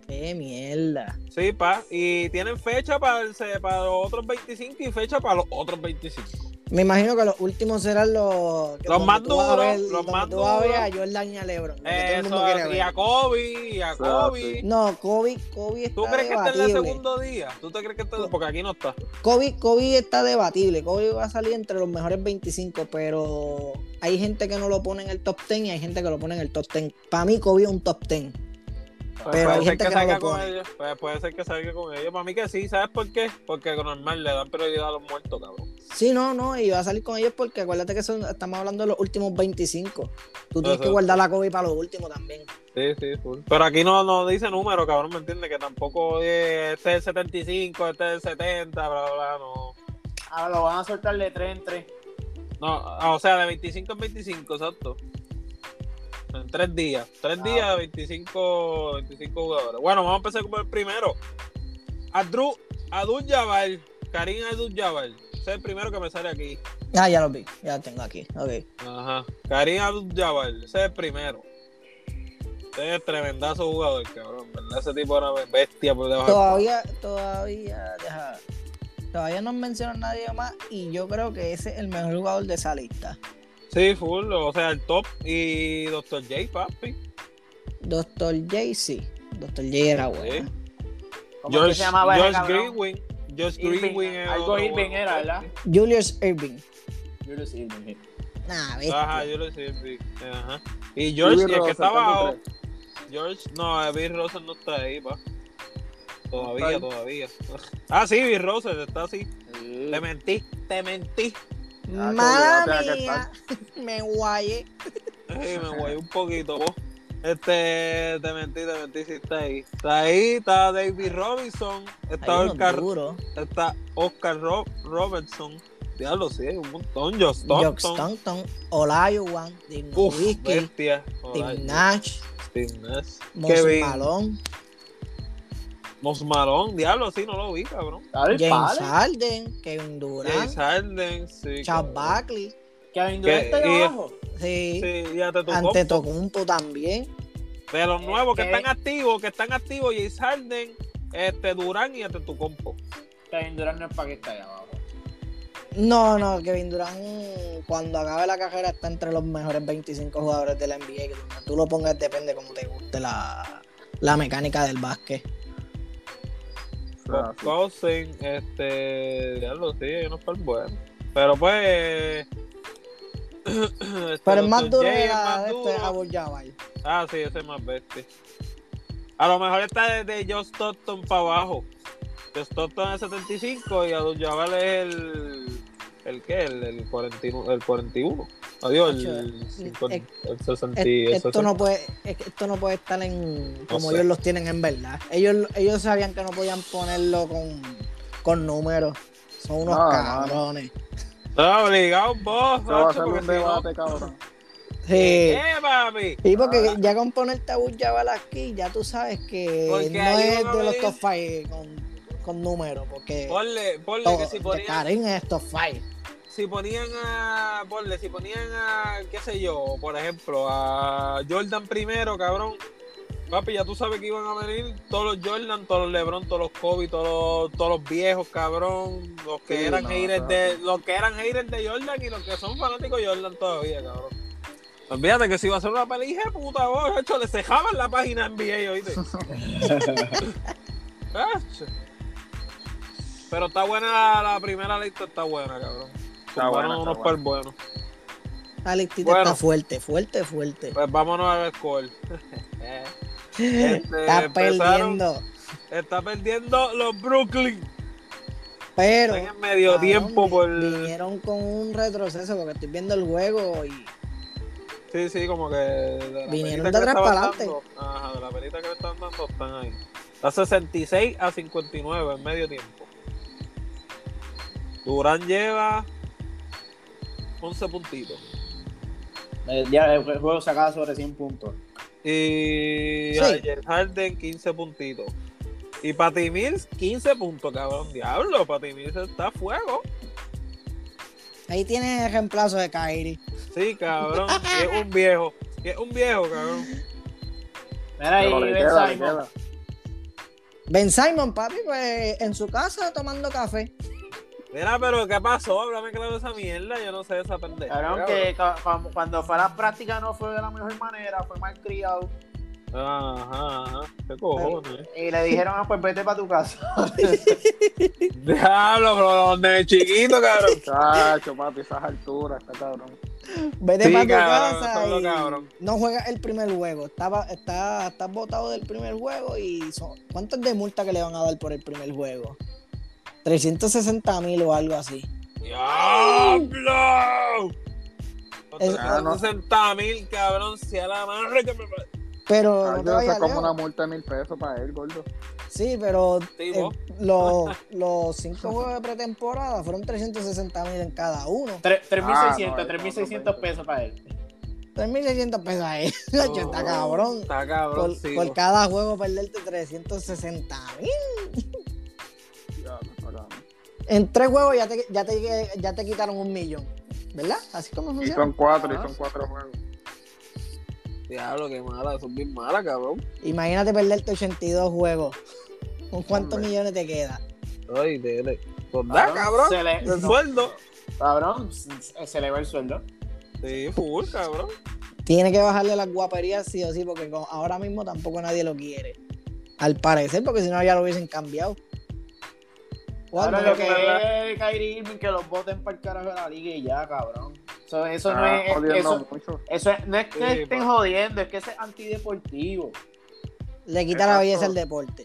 Speaker 4: Qué mierda.
Speaker 1: Sí, pa. Y tienen fecha para, el, se- para los otros 25 y fecha para los otros 25.
Speaker 4: Me imagino que los últimos serán los.
Speaker 1: Los
Speaker 4: donde
Speaker 1: más
Speaker 4: tú vas a
Speaker 1: duros,
Speaker 4: ver-
Speaker 1: los
Speaker 4: donde
Speaker 1: más
Speaker 4: tú vas a ver
Speaker 1: duros.
Speaker 4: a Jordan y a LeBron. lo que todo el mundo quiere
Speaker 1: Eso, y
Speaker 4: ver.
Speaker 1: a Kobe, y a
Speaker 2: Exacto.
Speaker 1: Kobe.
Speaker 4: No, Kobe, Kobe está
Speaker 1: ¿Tú crees que está en el
Speaker 4: debatible.
Speaker 1: segundo día? ¿Tú te crees que este está?
Speaker 4: Tú-
Speaker 1: Porque aquí no está.
Speaker 4: Kobe, Kobe está debatible. Kobe va a salir entre los mejores 25, pero hay gente que no lo pone en el top 10 y hay gente que lo pone en el top 10. Para mí, Kobe es un top 10. Pero hay
Speaker 1: Pues puede ser
Speaker 4: gente
Speaker 1: que
Speaker 4: que no
Speaker 1: salga
Speaker 4: lo
Speaker 1: con
Speaker 4: pone.
Speaker 1: ellos. Pues puede ser que salga con ellos. Para mí que sí, ¿sabes por qué? Porque normal le dan prioridad a los muertos, cabrón.
Speaker 4: Sí, no, no, y va a salir con ellos porque acuérdate que son, estamos hablando de los últimos 25. Tú tienes que
Speaker 1: Exacto.
Speaker 4: guardar la Kobe para los últimos también.
Speaker 1: Sí, sí, full. Pero aquí no, no dice número, cabrón, ¿me entiendes? Que tampoco eh, este es el 75, este es el 70, bla, bla, bla, no.
Speaker 3: Ahora Ah, lo van a soltar de 3 en 3.
Speaker 1: No, ah, o sea, de 25 en 25, exacto. En tres días. Tres
Speaker 3: Ah.
Speaker 1: días, 25, 25 jugadores. Bueno, vamos a empezar con el primero. Adru, Adul Jabal, Karim Adul Jabal. Ese es el primero que me sale aquí.
Speaker 4: Ah, ya los vi, ya los tengo aquí. Ok.
Speaker 1: Ajá. Karim Abdul-Jabbar, ese es el primero. Ese es tremendazo jugador, cabrón. ¿verdad? Ese tipo era una bestia por debajo. del
Speaker 4: Todavía, todavía, deja. Todavía no mencionan a nadie más y yo creo que ese es el mejor jugador de esa lista.
Speaker 1: palo. Sí, full, o sea, el top. Y Dr. J, papi.
Speaker 4: Doctor J, sí. Doctor J era bueno.
Speaker 3: ¿Cómo es que
Speaker 1: George,
Speaker 3: se llamaba ese
Speaker 1: George
Speaker 3: cabrón?
Speaker 1: Greenwing. George
Speaker 3: Irving,
Speaker 1: Greenwing era
Speaker 3: algo
Speaker 1: otro
Speaker 3: Irving
Speaker 1: bueno.
Speaker 3: era, ¿verdad?
Speaker 4: Julius Irving.
Speaker 3: Julius Irving.
Speaker 4: Nah, bestia.
Speaker 3: Este.
Speaker 1: Ajá, yo lo sé, Irving. Ajá. Y George, y el que estaba. George, no, Bill Russell no está ahí, pa. Todavía,
Speaker 2: ahí.
Speaker 1: todavía. Ah, sí, Bill Russell está así. Te mentí, te mentí.
Speaker 2: Ah,
Speaker 4: Mala
Speaker 2: olvídate de que
Speaker 4: mía. Me guayé.
Speaker 1: Sí, me guayé un poquito, po. Este, te mentí, te mentí, sí está ahí. Está ahí, está David Robinson, está
Speaker 4: Ay, unos
Speaker 1: Oscar,
Speaker 4: duros.
Speaker 1: está Oscar Ro- Robertson. Diablo, sí, hay un montón. Josh
Speaker 4: Jock
Speaker 1: Stockton.
Speaker 4: Stanton, Olajuwon, Tim
Speaker 1: Uf,
Speaker 4: Nowitzki,
Speaker 1: bestia.
Speaker 4: Tim
Speaker 1: Hola,
Speaker 4: Nash,
Speaker 1: Steve Nash.
Speaker 4: Monson
Speaker 1: Kevin,
Speaker 4: Malone,
Speaker 1: Mos Malone, diablo, sí, no lo vi, cabrón.
Speaker 3: Claro, el
Speaker 4: James ah.
Speaker 3: padre.
Speaker 4: Harden, Kevin Durant,
Speaker 1: James Harden, sí.
Speaker 4: Chad
Speaker 1: cabrón.
Speaker 4: Buckley,
Speaker 3: Kevin Durant está
Speaker 1: Que-
Speaker 3: ahí
Speaker 1: y-
Speaker 3: abajo.
Speaker 4: sí,
Speaker 1: Sí, ya te tocó.
Speaker 4: ante Tocumpo también.
Speaker 1: De los nuevos que
Speaker 3: Eh,
Speaker 1: están activos, que están activos, James Harden, este Durán y este tu compo.
Speaker 3: Kevin Durant no es para que está ahí abajo.
Speaker 4: No, no, Kevin Durant cuando acabe la carrera está entre los mejores 25 jugadores de la NBA. que donde tú lo pongas depende cómo te guste la, la mecánica del básquet.
Speaker 2: Ah,
Speaker 1: Bob Cousin, este. Diablo, sí, ellos no están buenos. Pero pues. este,
Speaker 4: Pero el más
Speaker 1: Dr.
Speaker 4: duro
Speaker 1: J es
Speaker 4: era
Speaker 1: más
Speaker 4: este
Speaker 1: duro.
Speaker 4: Abul Jabal.
Speaker 1: Ah, sí, ese es más bestia. A lo mejor está desde Josh Stockton para abajo. Josh Stockton es 75 y Abdul Jabbar es el. ¿El qué? El, el, 41, el 41. Adiós, el,
Speaker 4: eh,
Speaker 1: 50, el 60.
Speaker 4: Es-
Speaker 1: el
Speaker 4: esto
Speaker 1: 60.
Speaker 4: no puede es que esto no puede estar en como
Speaker 1: sé.
Speaker 4: ellos los tienen en verdad ellos ellos sabían que no podían ponerlo con, con números son unos
Speaker 2: No, no.
Speaker 4: cabrones
Speaker 1: No, obligado vos,
Speaker 2: Eso va a
Speaker 1: macho,
Speaker 2: ser
Speaker 1: porque
Speaker 2: un
Speaker 1: si no.
Speaker 2: debate, cabrón.
Speaker 4: sí
Speaker 1: ¡Eh, papi!
Speaker 4: Sí, porque ya con ponerte a Jabal aquí ya tú sabes que
Speaker 1: Porque
Speaker 4: no
Speaker 1: ahí
Speaker 4: es
Speaker 1: uno
Speaker 4: de
Speaker 1: ve-
Speaker 4: los top five con, con números porque
Speaker 1: Ponle, ponle
Speaker 4: todo-
Speaker 1: que si
Speaker 4: de
Speaker 1: ponían,
Speaker 4: Karim es top five
Speaker 1: si ponían a. Ponle, si ponían a. ¿Qué sé yo? Por ejemplo, a Jordan primero, cabrón. Papi, ya tú sabes que iban a venir todos los Jordan, todos los LeBron, todos los Kobe, todos los, todos los viejos, cabrón. Los que
Speaker 2: Sí,
Speaker 1: eran
Speaker 2: no,
Speaker 1: haters
Speaker 2: eso es
Speaker 1: de. Los que eran haters de Jordan y los que son fanáticos de Jordan todavía, cabrón. Olvídate que si iba a ser una peli de puta, vos, hecho, le cejaban la página NBA, oíste. Cacho. Pero está buena la, la primera lista, está buena, cabrón. Está
Speaker 2: buena, está
Speaker 1: unos
Speaker 2: buena.
Speaker 1: par buenos.
Speaker 4: la listita
Speaker 1: Bueno.
Speaker 4: está fuerte fuerte fuerte
Speaker 1: Pues vámonos al score. Este,
Speaker 4: está
Speaker 1: empezaron-
Speaker 4: perdiendo
Speaker 1: Está perdiendo los Brooklyn.
Speaker 4: pero
Speaker 1: Están en medio
Speaker 4: cabrón,
Speaker 1: tiempo por.
Speaker 4: vinieron con un retroceso porque estoy viendo el juego y
Speaker 1: Sí, sí, como que. de la pelita que
Speaker 4: Vinieron de
Speaker 1: le
Speaker 4: atrás
Speaker 1: estaban
Speaker 4: para adelante.
Speaker 1: dando- Ajá, de la pelita que le están dando están ahí. Está 66 a 59 en medio tiempo. Durán lleva 11 puntitos.
Speaker 3: El, día- Eh, el juego se acaba sobre 100 puntos.
Speaker 1: Y
Speaker 4: Sí.
Speaker 1: ayer Harden 15 puntitos. Y Patty Mills 15 puntos, cabrón. Diablo, Patty Mills está a fuego.
Speaker 4: ahí tienes el reemplazo de Kairi
Speaker 1: Sí, cabrón. Y es un viejo. Y es un viejo, cabrón.
Speaker 3: Mira ahí,
Speaker 2: Pero le
Speaker 3: Ben
Speaker 2: queda, le
Speaker 3: Simon.
Speaker 2: queda.
Speaker 4: Ben Simon papi pues en su casa tomando café
Speaker 1: Mira, pero ¿qué pasó? Háblame claro de esa mierda. Yo no sé de esa pendeja.
Speaker 3: Cabrón, que ca- cuando- cuando fue a la práctica no fue de la mejor manera, fue mal criado.
Speaker 1: Ajá, ajá. ¿Qué cojones?
Speaker 3: Y le dijeron, ah, pues vete para tu casa.
Speaker 1: Diablo, pero desde chiquito, cabrón.
Speaker 2: Chacho, papi, esas alturas, está cabrón.
Speaker 4: Vete
Speaker 1: Sí,
Speaker 4: para tu
Speaker 1: cabrón,
Speaker 4: casa
Speaker 1: solo
Speaker 4: y
Speaker 1: cabrón.
Speaker 4: no juegas el primer juego. Estaba, está, estás botado del primer juego y son, ¿cuánto es de multa que le van a dar por el primer juego? 360 mil o algo así.
Speaker 1: ¡Diablo!
Speaker 4: Es-
Speaker 1: 60 mil, cabrón. Si a la madre que me.
Speaker 4: Pero
Speaker 1: Ah,
Speaker 4: no te
Speaker 2: Chacho, eso
Speaker 4: vayas
Speaker 2: es como
Speaker 4: lejos.
Speaker 2: una multa de mil pesos para él, gordo.
Speaker 4: Sí, pero
Speaker 1: Sí,
Speaker 4: eh,
Speaker 1: vos.
Speaker 4: los, los cinco juegos de pretemporada fueron 360 mil en cada uno.
Speaker 3: Tre-
Speaker 2: Ah,
Speaker 3: 3.600,
Speaker 2: no,
Speaker 3: 3.600
Speaker 2: no, no,
Speaker 3: pesos para él.
Speaker 4: 3.600 pesos ahí. Chacho, está cabrón.
Speaker 1: Está cabrón,
Speaker 4: Por,
Speaker 1: sí,
Speaker 4: por
Speaker 1: vos.
Speaker 4: cada juego perderte 360 mil.
Speaker 2: Diablo, está cabrón.
Speaker 4: En tres juegos ya te, ya te, ya te quitaron un millón. ¿Verdad? Así como
Speaker 2: Y
Speaker 4: funciona.
Speaker 2: son cuatro, y
Speaker 3: Ah.
Speaker 2: son cuatro juegos.
Speaker 1: Diablo, qué mala, son bien malas, cabrón.
Speaker 4: Imagínate perderte 82 juegos. ¿Con cuántos
Speaker 2: Hombre.
Speaker 4: millones te queda?
Speaker 1: Ay, dele. Pues da, cabrón.
Speaker 3: Ah, Se le,
Speaker 1: El
Speaker 3: no,
Speaker 1: sueldo.
Speaker 3: cabrón, se se le va el sueldo.
Speaker 1: Sí, full, cabrón.
Speaker 4: Tiene que bajarle las guaperías sí o sí, porque con- ahora mismo tampoco nadie lo quiere. Al parecer, porque si no ya lo hubiesen cambiado. O al
Speaker 3: Ahora
Speaker 4: menos
Speaker 3: lo que
Speaker 4: que-
Speaker 3: es Kyrie Irving que los voten para el carajo de la liga y ya, cabrón. Eso, eso no
Speaker 2: Está
Speaker 3: es.
Speaker 2: Ah, jodiendo
Speaker 3: Eso,
Speaker 2: mucho.
Speaker 3: eso es- no es que
Speaker 1: Sí,
Speaker 3: estén
Speaker 1: pa.
Speaker 3: jodiendo, es que ese es antideportivo.
Speaker 4: le quita la
Speaker 2: Exacto.
Speaker 4: belleza al deporte.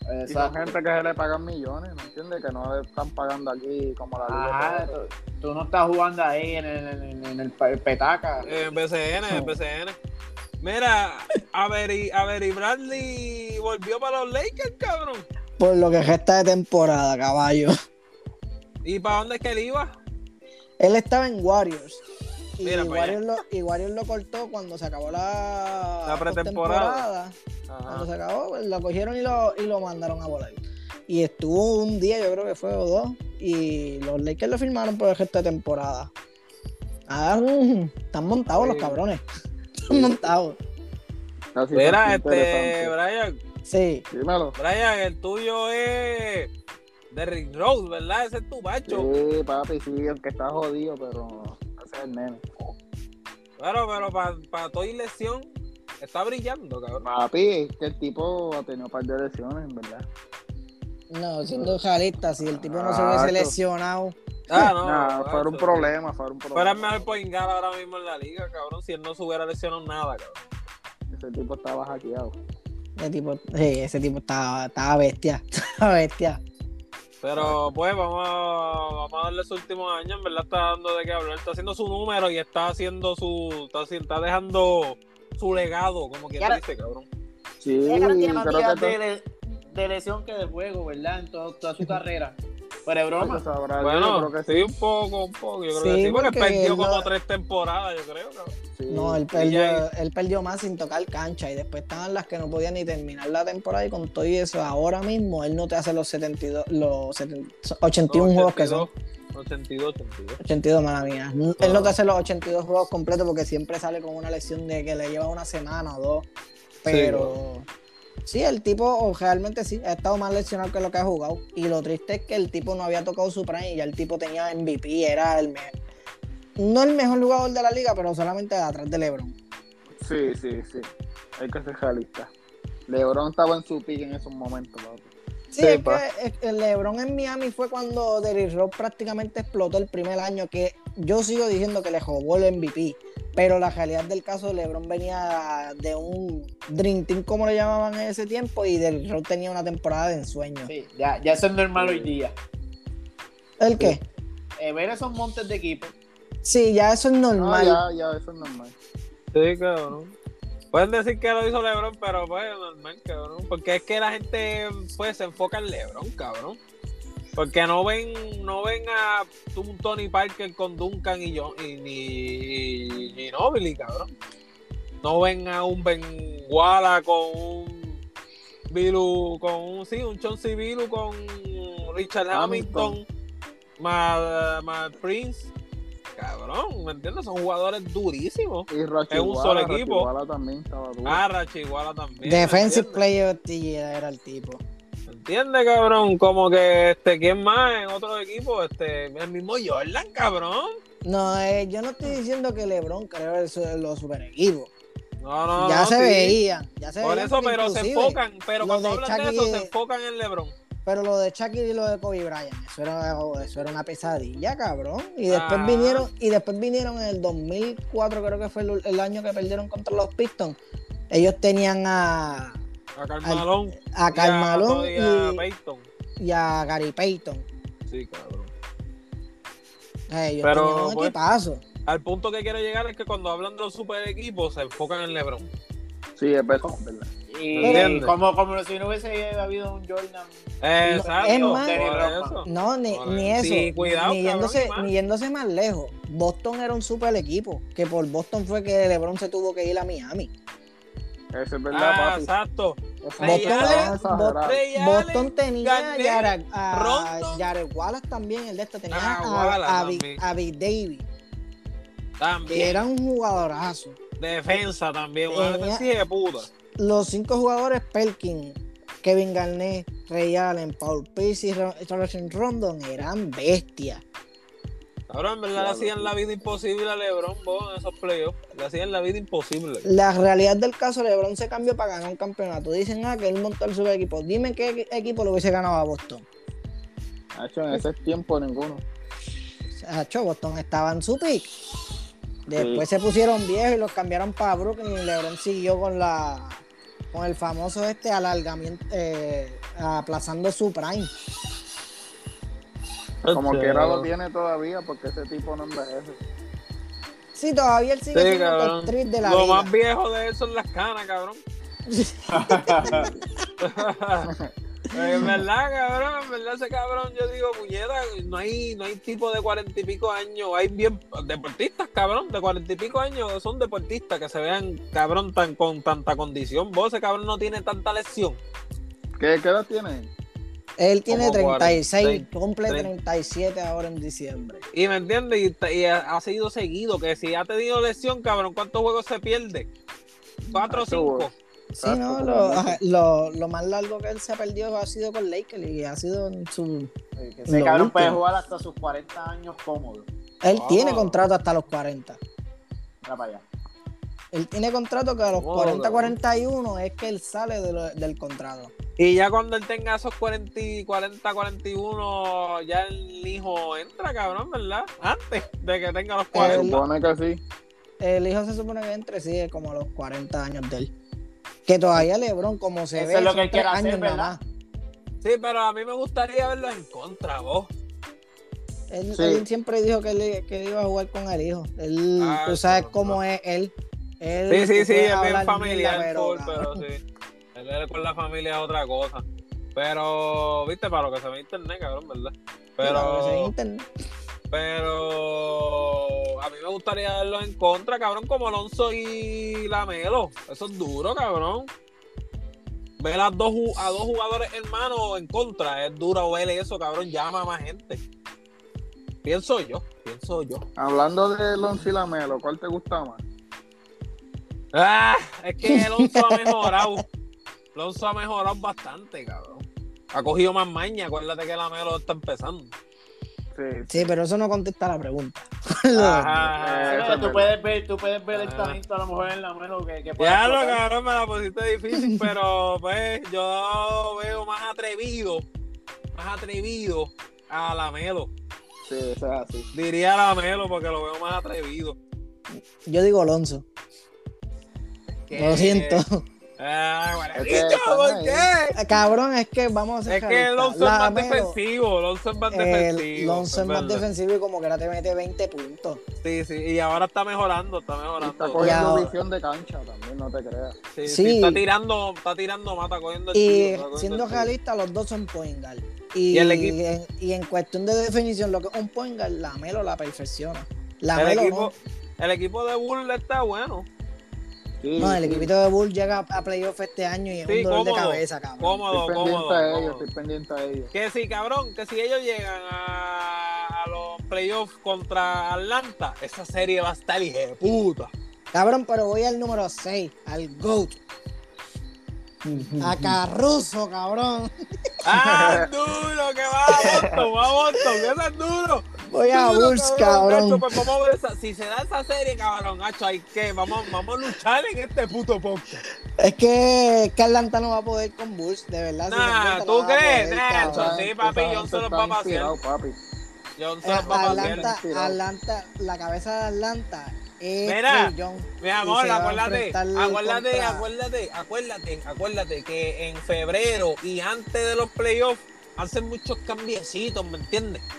Speaker 2: Y son
Speaker 3: Exacto.
Speaker 2: gente que se le pagan millones, ¿me entiendes? Que no están pagando aquí como la
Speaker 3: Ajá,
Speaker 2: liga.
Speaker 3: tú, tú no estás jugando ahí en el, en el- en el pe- petaca.
Speaker 1: En BCN, en
Speaker 3: No.
Speaker 1: BCN. Mira, a ver, y, a ver, y Bradley volvió para los Lakers, cabrón.
Speaker 4: Por lo que resta de temporada, caballo.
Speaker 1: ¿Y para dónde es que él iba?
Speaker 4: Él estaba en Warriors. Y,
Speaker 1: Mira pa'
Speaker 4: Warriors, lo, y Warriors lo cortó cuando se acabó la,
Speaker 1: La pretemporada.
Speaker 4: posttemporada.
Speaker 2: Ah,
Speaker 4: Cuando se acabó, pues, lo cogieron y lo, y lo mandaron a volar. Y estuvo un día, yo creo que fue o dos, y los Lakers lo firmaron por el resto de temporada. Ah, mm, están montados los
Speaker 1: Sí.
Speaker 4: cabrones. Están montados.
Speaker 2: Así
Speaker 1: Mira,
Speaker 2: que
Speaker 1: este,
Speaker 2: interesante.
Speaker 1: Brian,
Speaker 4: Sí.
Speaker 2: Dímelo.
Speaker 1: Brian, el tuyo es Derrick Rose, ¿verdad? Ese es tu macho.
Speaker 2: Sí, papi, sí, aunque está jodido, pero ese es el nene.
Speaker 1: Claro, pero para pa toda lesión está brillando, cabrón.
Speaker 2: Papi, es que el tipo ha tenido un par de lesiones, en verdad.
Speaker 4: No, siendo realista, si el tipo no se hubiese
Speaker 2: Exacto.
Speaker 4: lesionado,
Speaker 1: Ah, no.
Speaker 2: Nah, fuera un
Speaker 1: macho.
Speaker 2: problema, fuera un problema.
Speaker 1: Fuera el mejor point guard ahora mismo en la liga, cabrón. Si él no se hubiera lesionado nada, cabrón.
Speaker 2: Ese tipo estaba hackeado.
Speaker 4: ese tipo, sí, ese tipo estaba, estaba bestia. Estaba bestia.
Speaker 1: Pero pues vamos a, vamos a darle sus últimos años, en verdad está dando de qué hablar. Está haciendo su número y está haciendo su. Está, haci- está dejando su legado, como quien
Speaker 3: Claro.
Speaker 1: dice, cabrón.
Speaker 2: Sí,
Speaker 3: Lebron tiene más
Speaker 2: creo
Speaker 3: días
Speaker 2: que
Speaker 3: de, le- de lesión que de juego, ¿verdad? En toda, toda su carrera. Pero es
Speaker 2: todo
Speaker 3: broma.
Speaker 2: sabrá.
Speaker 1: Bueno,
Speaker 2: Ah, yo creo que
Speaker 1: sí, un poco, un poco. Yo creo
Speaker 4: Sí,
Speaker 1: que sí, porque,
Speaker 4: porque
Speaker 1: perdió
Speaker 4: él
Speaker 1: como
Speaker 4: no-
Speaker 1: tres temporadas, yo creo, cabrón.
Speaker 2: sí.
Speaker 4: No, él
Speaker 1: ya-
Speaker 4: perdió, él perdió más sin tocar cancha y después estaban las que no podían ni terminar la temporada y con todo y eso ahora mismo él no te hace los 72 los 70 81 juegos que son
Speaker 1: 82, 82.
Speaker 4: 82 mala mía. N- Él no te hace los 82 juegos completos porque siempre sale con una lesión de que le lleva una semana o dos. Pero sí, el tipo o realmente sí ha estado más lesionado que lo que ha jugado y lo triste es que el tipo no había tocado su prime y ya el tipo tenía MVP, era el me- no el mejor jugador de la liga, pero solamente atrás de LeBron.
Speaker 2: Sí, sí, sí. Hay que ser realista. Lebron estaba en su pick en esos momentos, papi.
Speaker 4: Sí,
Speaker 2: Sí,
Speaker 4: es
Speaker 2: pa.
Speaker 4: que es- el LeBron en Miami fue cuando Derrick Rose prácticamente explotó el primer año, que yo sigo diciendo que le robó el MVP, pero la realidad del caso, LeBron venía de un Dream Team, como le llamaban en ese tiempo, y Derrick Rose tenía una temporada de ensueño.
Speaker 3: Sí, ya, ya eso es normal hoy día.
Speaker 4: ¿El qué?
Speaker 3: Eh, ver esos montes de equipo.
Speaker 4: Sí, ya eso es normal.
Speaker 2: Ah, ya, ya, eso es normal.
Speaker 1: Sí, cabrón. Pueden decir que lo hizo Lebron, pero pues normal, cabrón. Porque es que la gente pues se enfoca en Lebron, cabrón. Porque no ven, no ven a un Tony Parker con Duncan y yo y ni Ginobili, cabrón. No ven a un Ben Walla con un Bilu, con un sí, un Chauncey Bilu con Richard Hamilton,
Speaker 2: Hamilton.
Speaker 1: más, más Prince. Cabrón, ¿me entiendes? Son jugadores durísimos.
Speaker 2: Y Rachi
Speaker 1: Es un
Speaker 2: Guala,
Speaker 1: solo
Speaker 2: Rachi
Speaker 1: equipo.
Speaker 2: Guala también estaba duro.
Speaker 1: Ah, Rachiguala también.
Speaker 4: Defensive
Speaker 1: ¿entiendes?
Speaker 4: Player of the Year era el tipo.
Speaker 1: ¿Entiendes, cabrón? Como que, este, ¿quién más en otro equipo? Este, el mismo Jordan, cabrón.
Speaker 4: No, eh, yo no estoy diciendo que LeBron creó el su- los super equipos.
Speaker 1: No, no,
Speaker 4: ya
Speaker 1: no,
Speaker 4: se
Speaker 1: sí.
Speaker 4: veían, ya se
Speaker 1: Por
Speaker 4: veían,
Speaker 1: eso, pero se
Speaker 4: inclusive-
Speaker 1: enfocan, pero
Speaker 4: lo
Speaker 1: cuando
Speaker 4: de
Speaker 1: hablan de
Speaker 4: Chucky
Speaker 1: eso, se
Speaker 4: es-
Speaker 1: enfocan en LeBron.
Speaker 4: Pero lo de Shaquille y lo de Kobe Bryant, eso era, eso era una pesadilla, cabrón. Y después
Speaker 1: Ah.
Speaker 4: vinieron, y después vinieron en el 2004, creo que fue el, el año que perdieron contra los Pistons. Ellos tenían a,
Speaker 1: A
Speaker 4: Al-
Speaker 1: Carmalón.
Speaker 4: a Karl Malone
Speaker 1: Y a
Speaker 4: y,
Speaker 1: Payton.
Speaker 4: y a Gary Payton.
Speaker 1: Sí, cabrón.
Speaker 4: Eh, Ellos
Speaker 1: Pero,
Speaker 4: tenían un
Speaker 1: pues,
Speaker 4: equipazo.
Speaker 1: Al punto que quiero llegar es que cuando hablan de los super equipos, se enfocan en LeBron.
Speaker 2: Sí, es verdad, es verdad.
Speaker 3: Y
Speaker 1: ¿Entiendes?
Speaker 3: como, como si no hubiese habido un Jordan.
Speaker 1: Exacto.
Speaker 4: más-
Speaker 1: por eso.
Speaker 4: No, ni,
Speaker 1: Por
Speaker 4: ni
Speaker 1: eso.
Speaker 4: eso.
Speaker 1: Sí, cuidado,
Speaker 4: ni,
Speaker 1: cabrón,
Speaker 4: yéndose,
Speaker 1: y más.
Speaker 4: ni yéndose más lejos. Boston era un super equipo. Que por Boston fue que LeBron se tuvo que ir a Miami.
Speaker 2: Eso es verdad,
Speaker 1: Ah,
Speaker 2: papi.
Speaker 1: exacto.
Speaker 2: Eso
Speaker 1: Ray
Speaker 2: estaba
Speaker 1: Allen,
Speaker 2: exagerado.
Speaker 1: Ray Allen,
Speaker 4: Boston tenía a
Speaker 1: Garnett,
Speaker 4: Jared, a
Speaker 1: Rondo.
Speaker 4: Jared Wallace también, el de este tenía
Speaker 1: Ah,
Speaker 4: a-
Speaker 1: Wallace
Speaker 4: a, Big-
Speaker 1: también.
Speaker 4: a Big Davis, que
Speaker 1: También.
Speaker 4: era un jugadorazo.
Speaker 1: Defensa también. Una
Speaker 4: Tenía-
Speaker 1: defensiva de puta.
Speaker 4: Los cinco jugadores, Perkin, Kevin Garnett, Ray Allen, Paul Pierce y Ro- Rajon Rondo, eran bestias.
Speaker 1: Cabrón, en verdad le
Speaker 2: Claro,
Speaker 1: hacían
Speaker 2: sí.
Speaker 1: la vida imposible a LeBron Bo en esos playoffs. Le hacían la vida imposible.
Speaker 4: La realidad del caso, LeBron se cambió para ganar un campeonato. Dicen, ah, que él montó el super equipo. Dime qué equi- equipo lo hubiese ganado a Boston.
Speaker 2: Nacho, en ese tiempo ninguno.
Speaker 4: Chacho, Boston estaba en su pick. Después se pusieron viejos y los cambiaron para Brooklyn y LeBron siguió con la con el famoso este alargamiento eh, aplazando su prime.
Speaker 2: Como quiera lo tiene todavía porque ese tipo no envejece.
Speaker 4: Sí, todavía él sigue
Speaker 1: Sí,
Speaker 4: siendo
Speaker 1: cabrón.
Speaker 4: top 3 de la
Speaker 1: Lo
Speaker 4: liga.
Speaker 1: más viejo de eso es las canas, cabrón. Pues, En verdad, cabrón, en verdad ese cabrón, yo digo, puñeta, no hay, no hay tipo de cuarenta y pico años, hay bien deportistas, cabrón, de cuarenta y pico años, son deportistas que se vean, cabrón, tan con tanta condición. Vos, ese cabrón no tiene tanta lesión.
Speaker 2: ¿Qué, qué edad tiene?
Speaker 4: Él tiene
Speaker 1: Como
Speaker 4: 36,
Speaker 1: 40,
Speaker 4: cumple
Speaker 1: 30.
Speaker 4: 37 ahora en diciembre.
Speaker 1: Y me entiendes, y, ta- y ha, ha sido seguido, que si ha tenido lesión, cabrón, ¿cuántos juegos se pierde? Cuatro o
Speaker 2: Macho,
Speaker 1: cinco.
Speaker 4: Sí,
Speaker 2: Exacto,
Speaker 4: no, lo,
Speaker 2: totalmente.
Speaker 4: ajá, lo, lo más largo que él se ha perdido ha sido con Lakers y ha sido en su...
Speaker 3: eh, Que
Speaker 4: Lo
Speaker 3: ese cabrón puede
Speaker 4: último.
Speaker 3: jugar hasta sus 40 años cómodo.
Speaker 4: Él
Speaker 1: Ah.
Speaker 4: tiene contrato hasta los 40.
Speaker 3: Mira para allá.
Speaker 4: Él tiene contrato que a los
Speaker 1: Wow,
Speaker 4: 40,
Speaker 1: cabrón.
Speaker 4: 41 es que él sale de lo- del contrato.
Speaker 1: Y ya cuando él tenga esos 40, y 40, 41, ya el hijo entra, cabrón, ¿verdad? Antes de que tenga los 40.
Speaker 2: Supone que sí.
Speaker 4: El hijo se supone que entre sí como a los 40 años de él. Que todavía LeBron, como se
Speaker 3: Eso
Speaker 4: ve,
Speaker 3: es lo
Speaker 4: son
Speaker 3: que él
Speaker 4: tres
Speaker 3: quiere hacer,
Speaker 4: años nada
Speaker 3: ¿verdad?
Speaker 4: más.
Speaker 1: Sí, pero a mí me gustaría verlo en contra, vos.
Speaker 4: Él,
Speaker 2: Sí.
Speaker 4: él siempre dijo que, él, que él iba a jugar con el hijo. Él,
Speaker 1: Ah,
Speaker 4: tú sabes
Speaker 1: no,
Speaker 4: cómo
Speaker 1: no.
Speaker 4: es él. Él-
Speaker 1: Sí, sí, sí,
Speaker 4: tú puedes
Speaker 1: es bien
Speaker 4: hablar
Speaker 1: familiar,
Speaker 4: mierda,
Speaker 1: full,
Speaker 4: cabrón,
Speaker 1: pero sí. Él era con la familia es otra cosa. Pero, viste, para lo que se ve en internet, cabrón, ¿verdad?
Speaker 4: cabrón, ese es
Speaker 1: Pero,
Speaker 4: internet.
Speaker 1: pero a mí me gustaría verlo en contra, cabrón, como Alonso y Lamelo. Eso es duro, cabrón. Ver a dos, ju- a dos jugadores hermanos en contra, es duro ver eso, cabrón, llama a más gente. Pienso yo, pienso yo.
Speaker 2: Hablando de Lonzo y Lamelo, ¿cuál te gusta más?
Speaker 1: Ah, es que Alonso ha mejorado. Alonso ha mejorado bastante, cabrón. Ha cogido más maña. Acuérdate que la Melo está empezando.
Speaker 2: Sí.
Speaker 4: Sí, pero eso no contesta la pregunta.
Speaker 2: Ah,
Speaker 1: Ajá.
Speaker 2: eso es
Speaker 3: Pero Eh, tú
Speaker 2: verdad.
Speaker 3: puedes ver, tú puedes ver el
Speaker 1: Ah.
Speaker 3: talento a lo mejor en la mano que, que puede
Speaker 1: Ya lo
Speaker 3: explotar.
Speaker 1: cabrón me la pusiste difícil, pero pues yo veo más atrevido, más atrevido a la Melo.
Speaker 2: Sí, eso es así.
Speaker 1: Diría la Melo porque lo veo más atrevido.
Speaker 4: Yo digo Alonso. Lo
Speaker 1: Que-
Speaker 4: siento.
Speaker 1: Ah, bueno,
Speaker 2: Es que
Speaker 1: bicho,
Speaker 2: están
Speaker 1: ¿por
Speaker 2: ahí.
Speaker 1: qué?
Speaker 4: Cabrón, es que vamos a ser
Speaker 1: Es que
Speaker 4: realistas.
Speaker 1: Alonso es más
Speaker 4: Lamelo,
Speaker 1: defensivo, Alonso es más
Speaker 4: el
Speaker 1: defensivo.
Speaker 4: Lonzo es más
Speaker 1: verdad.
Speaker 4: defensivo y como que ahora te mete 20 puntos.
Speaker 1: Sí, sí, y ahora está mejorando, está
Speaker 2: Y
Speaker 1: mejorando.
Speaker 2: está
Speaker 4: Ya,
Speaker 2: cogiendo
Speaker 4: ahora.
Speaker 2: visión de cancha también, no te creas.
Speaker 1: Sí,
Speaker 4: Sí.
Speaker 1: sí, está tirando, está tirando mata, cogiendo el tiro,
Speaker 4: Y
Speaker 1: está cogiendo
Speaker 4: siendo
Speaker 1: el tiro.
Speaker 4: realista, los dos son point guard. Y,
Speaker 1: Y el equipo-
Speaker 4: y en, y en cuestión de definición, lo que es un point guard, la Melo la perfecciona. La
Speaker 1: el
Speaker 4: Melo
Speaker 1: equipo, el equipo de Bull está bueno,
Speaker 2: Sí,
Speaker 4: no. No, el
Speaker 2: sí.
Speaker 4: equipito de Bull llega a- a playoff este año y es
Speaker 1: Sí,
Speaker 4: un dolor de
Speaker 1: cómodo,
Speaker 4: cabeza, cabrón.
Speaker 1: cómodo,
Speaker 2: Estoy pendiente
Speaker 1: cómodo.
Speaker 2: a ellos,
Speaker 1: cómodo.
Speaker 2: estoy pendiente a ellos.
Speaker 1: Que si, cabrón, que si ellos llegan a, a los playoffs contra Atlanta, esa serie va a estar hija puta.
Speaker 4: Cabrón, pero voy al número 6, al GOAT. A Carruso, cabrón.
Speaker 1: ¡Ah, duro! ¡Que va a Boston! ¡Va a Boston! que ¡Eso es duro!
Speaker 4: Voy a
Speaker 1: Duro,
Speaker 4: Bulls, cabrón.
Speaker 1: Nacho, pues vamos a ver esa- si se da esa serie, cabrón, Nacho, hay que, vamos, vamos a luchar en este puto podcast.
Speaker 4: Es que, es que Atlanta no va a poder con Bulls, de verdad. si se
Speaker 1: Nah,
Speaker 4: encuentra,
Speaker 1: ¿tú
Speaker 4: no va a
Speaker 1: crees?
Speaker 4: poder,
Speaker 1: Nah,
Speaker 4: cabrón.
Speaker 1: eso sí, papi,
Speaker 2: Esa
Speaker 1: yo solo
Speaker 2: gente
Speaker 1: va a
Speaker 2: está
Speaker 1: pasear.
Speaker 2: inspirado, papi.
Speaker 1: Johnson los
Speaker 4: Eh,
Speaker 1: va a pasear.
Speaker 4: Atlanta,
Speaker 2: Inspirado.
Speaker 4: Atlanta, la cabeza de Atlanta es
Speaker 1: Mira,
Speaker 4: Trey Young.
Speaker 1: Mi
Speaker 4: Y
Speaker 1: amor,
Speaker 4: se va a
Speaker 1: acuérdate,
Speaker 4: enfrentar
Speaker 1: acuérdate,
Speaker 4: contra-
Speaker 1: acuérdate, acuérdate, acuérdate que en febrero y antes de los playoffs hacen muchos cambiecitos, ¿me entiendes?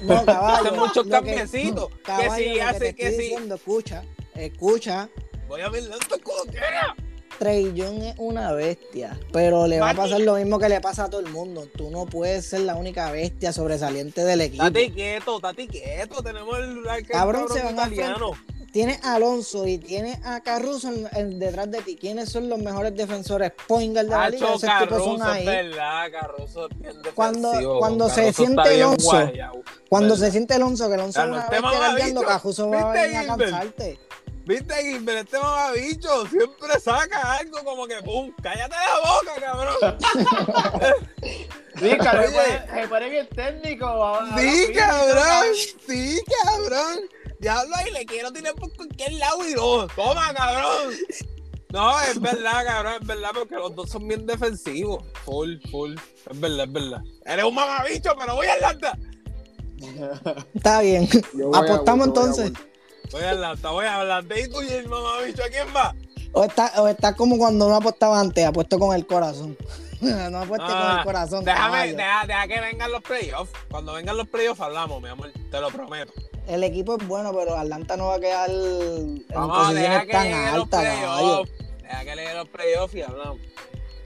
Speaker 4: No, caballo.
Speaker 1: Hacen muchos
Speaker 4: lo
Speaker 1: cambiecitos, que
Speaker 4: caballo,
Speaker 1: si
Speaker 4: lo
Speaker 1: hace-
Speaker 4: te
Speaker 1: que
Speaker 4: estoy
Speaker 1: si-
Speaker 4: diciendo, escucha, escucha.
Speaker 1: Voy a ver esto como quiera.
Speaker 4: Trey Young es una bestia, pero le va a
Speaker 1: Mati.
Speaker 4: pasar lo mismo que le pasa a todo el mundo. Tú no puedes ser la única bestia sobresaliente del equipo.
Speaker 1: Date quieto, date quieto, tenemos el, el
Speaker 4: Cabrón, se van a Tienes a Alonso y tienes a Carruso en- en- detrás de ti. ¿Quiénes son los mejores defensores? Point guard de la liga.
Speaker 1: Hacho
Speaker 4: Esos tipos son
Speaker 1: Carruso, es
Speaker 4: ahí.
Speaker 1: verdad, Carruso es bien
Speaker 4: Cuando-
Speaker 1: defensivo,
Speaker 4: cuando se
Speaker 1: Caruso está
Speaker 4: siente
Speaker 1: bien
Speaker 4: Lonzo,
Speaker 1: guayao.
Speaker 4: Cuando
Speaker 1: Verdad.
Speaker 4: se siente Alonso, que Alonso es
Speaker 1: Carlos,
Speaker 4: una
Speaker 1: este
Speaker 4: bestia
Speaker 1: mamabicho.
Speaker 4: cargando, Caruso va a
Speaker 1: ¿Viste,
Speaker 4: venir a
Speaker 1: Gilbert?
Speaker 4: cansarte.
Speaker 1: Viste, Gilbert, este mamabicho siempre saca algo como que pum, cállate la boca, cabrón.
Speaker 3: Sí, cabrón,
Speaker 1: Oye.
Speaker 3: se pone- se pone bien técnico. ahora,
Speaker 1: Sí,
Speaker 3: ahora,
Speaker 1: cabrón, sí, cabrón. Diablo, y le quiero tirar por cualquier lado y no. Toma, cabrón. No, es verdad, cabrón, es verdad, porque los dos son bien defensivos. Full, full. Es verdad, es verdad. Eres un mamabicho, pero voy a Atlanta.
Speaker 4: Está bien.
Speaker 2: Yo voy a
Speaker 4: Apostamos
Speaker 2: Bulls, yo voy a
Speaker 4: entonces.
Speaker 2: Bulls.
Speaker 1: Voy a Atlanta, voy a Atlanta. ¿Y tú y el mamabicho a quién va?
Speaker 4: O está, o está como cuando no apostaba antes, apuesto con el corazón. no apueste con
Speaker 1: Ah,
Speaker 4: el corazón.
Speaker 1: Déjame,
Speaker 4: caballo.
Speaker 1: deja, deja que vengan los playoffs. Cuando vengan los playoffs hablamos, mi amor, te lo prometo.
Speaker 4: El equipo es bueno, pero Atlanta no va a quedar en
Speaker 1: Vamos, deja
Speaker 4: posiciones
Speaker 1: que
Speaker 4: tan
Speaker 1: lleguen los
Speaker 4: altas, caballo.
Speaker 1: playoffs. Deja que lleguen los playoffs y hablamos.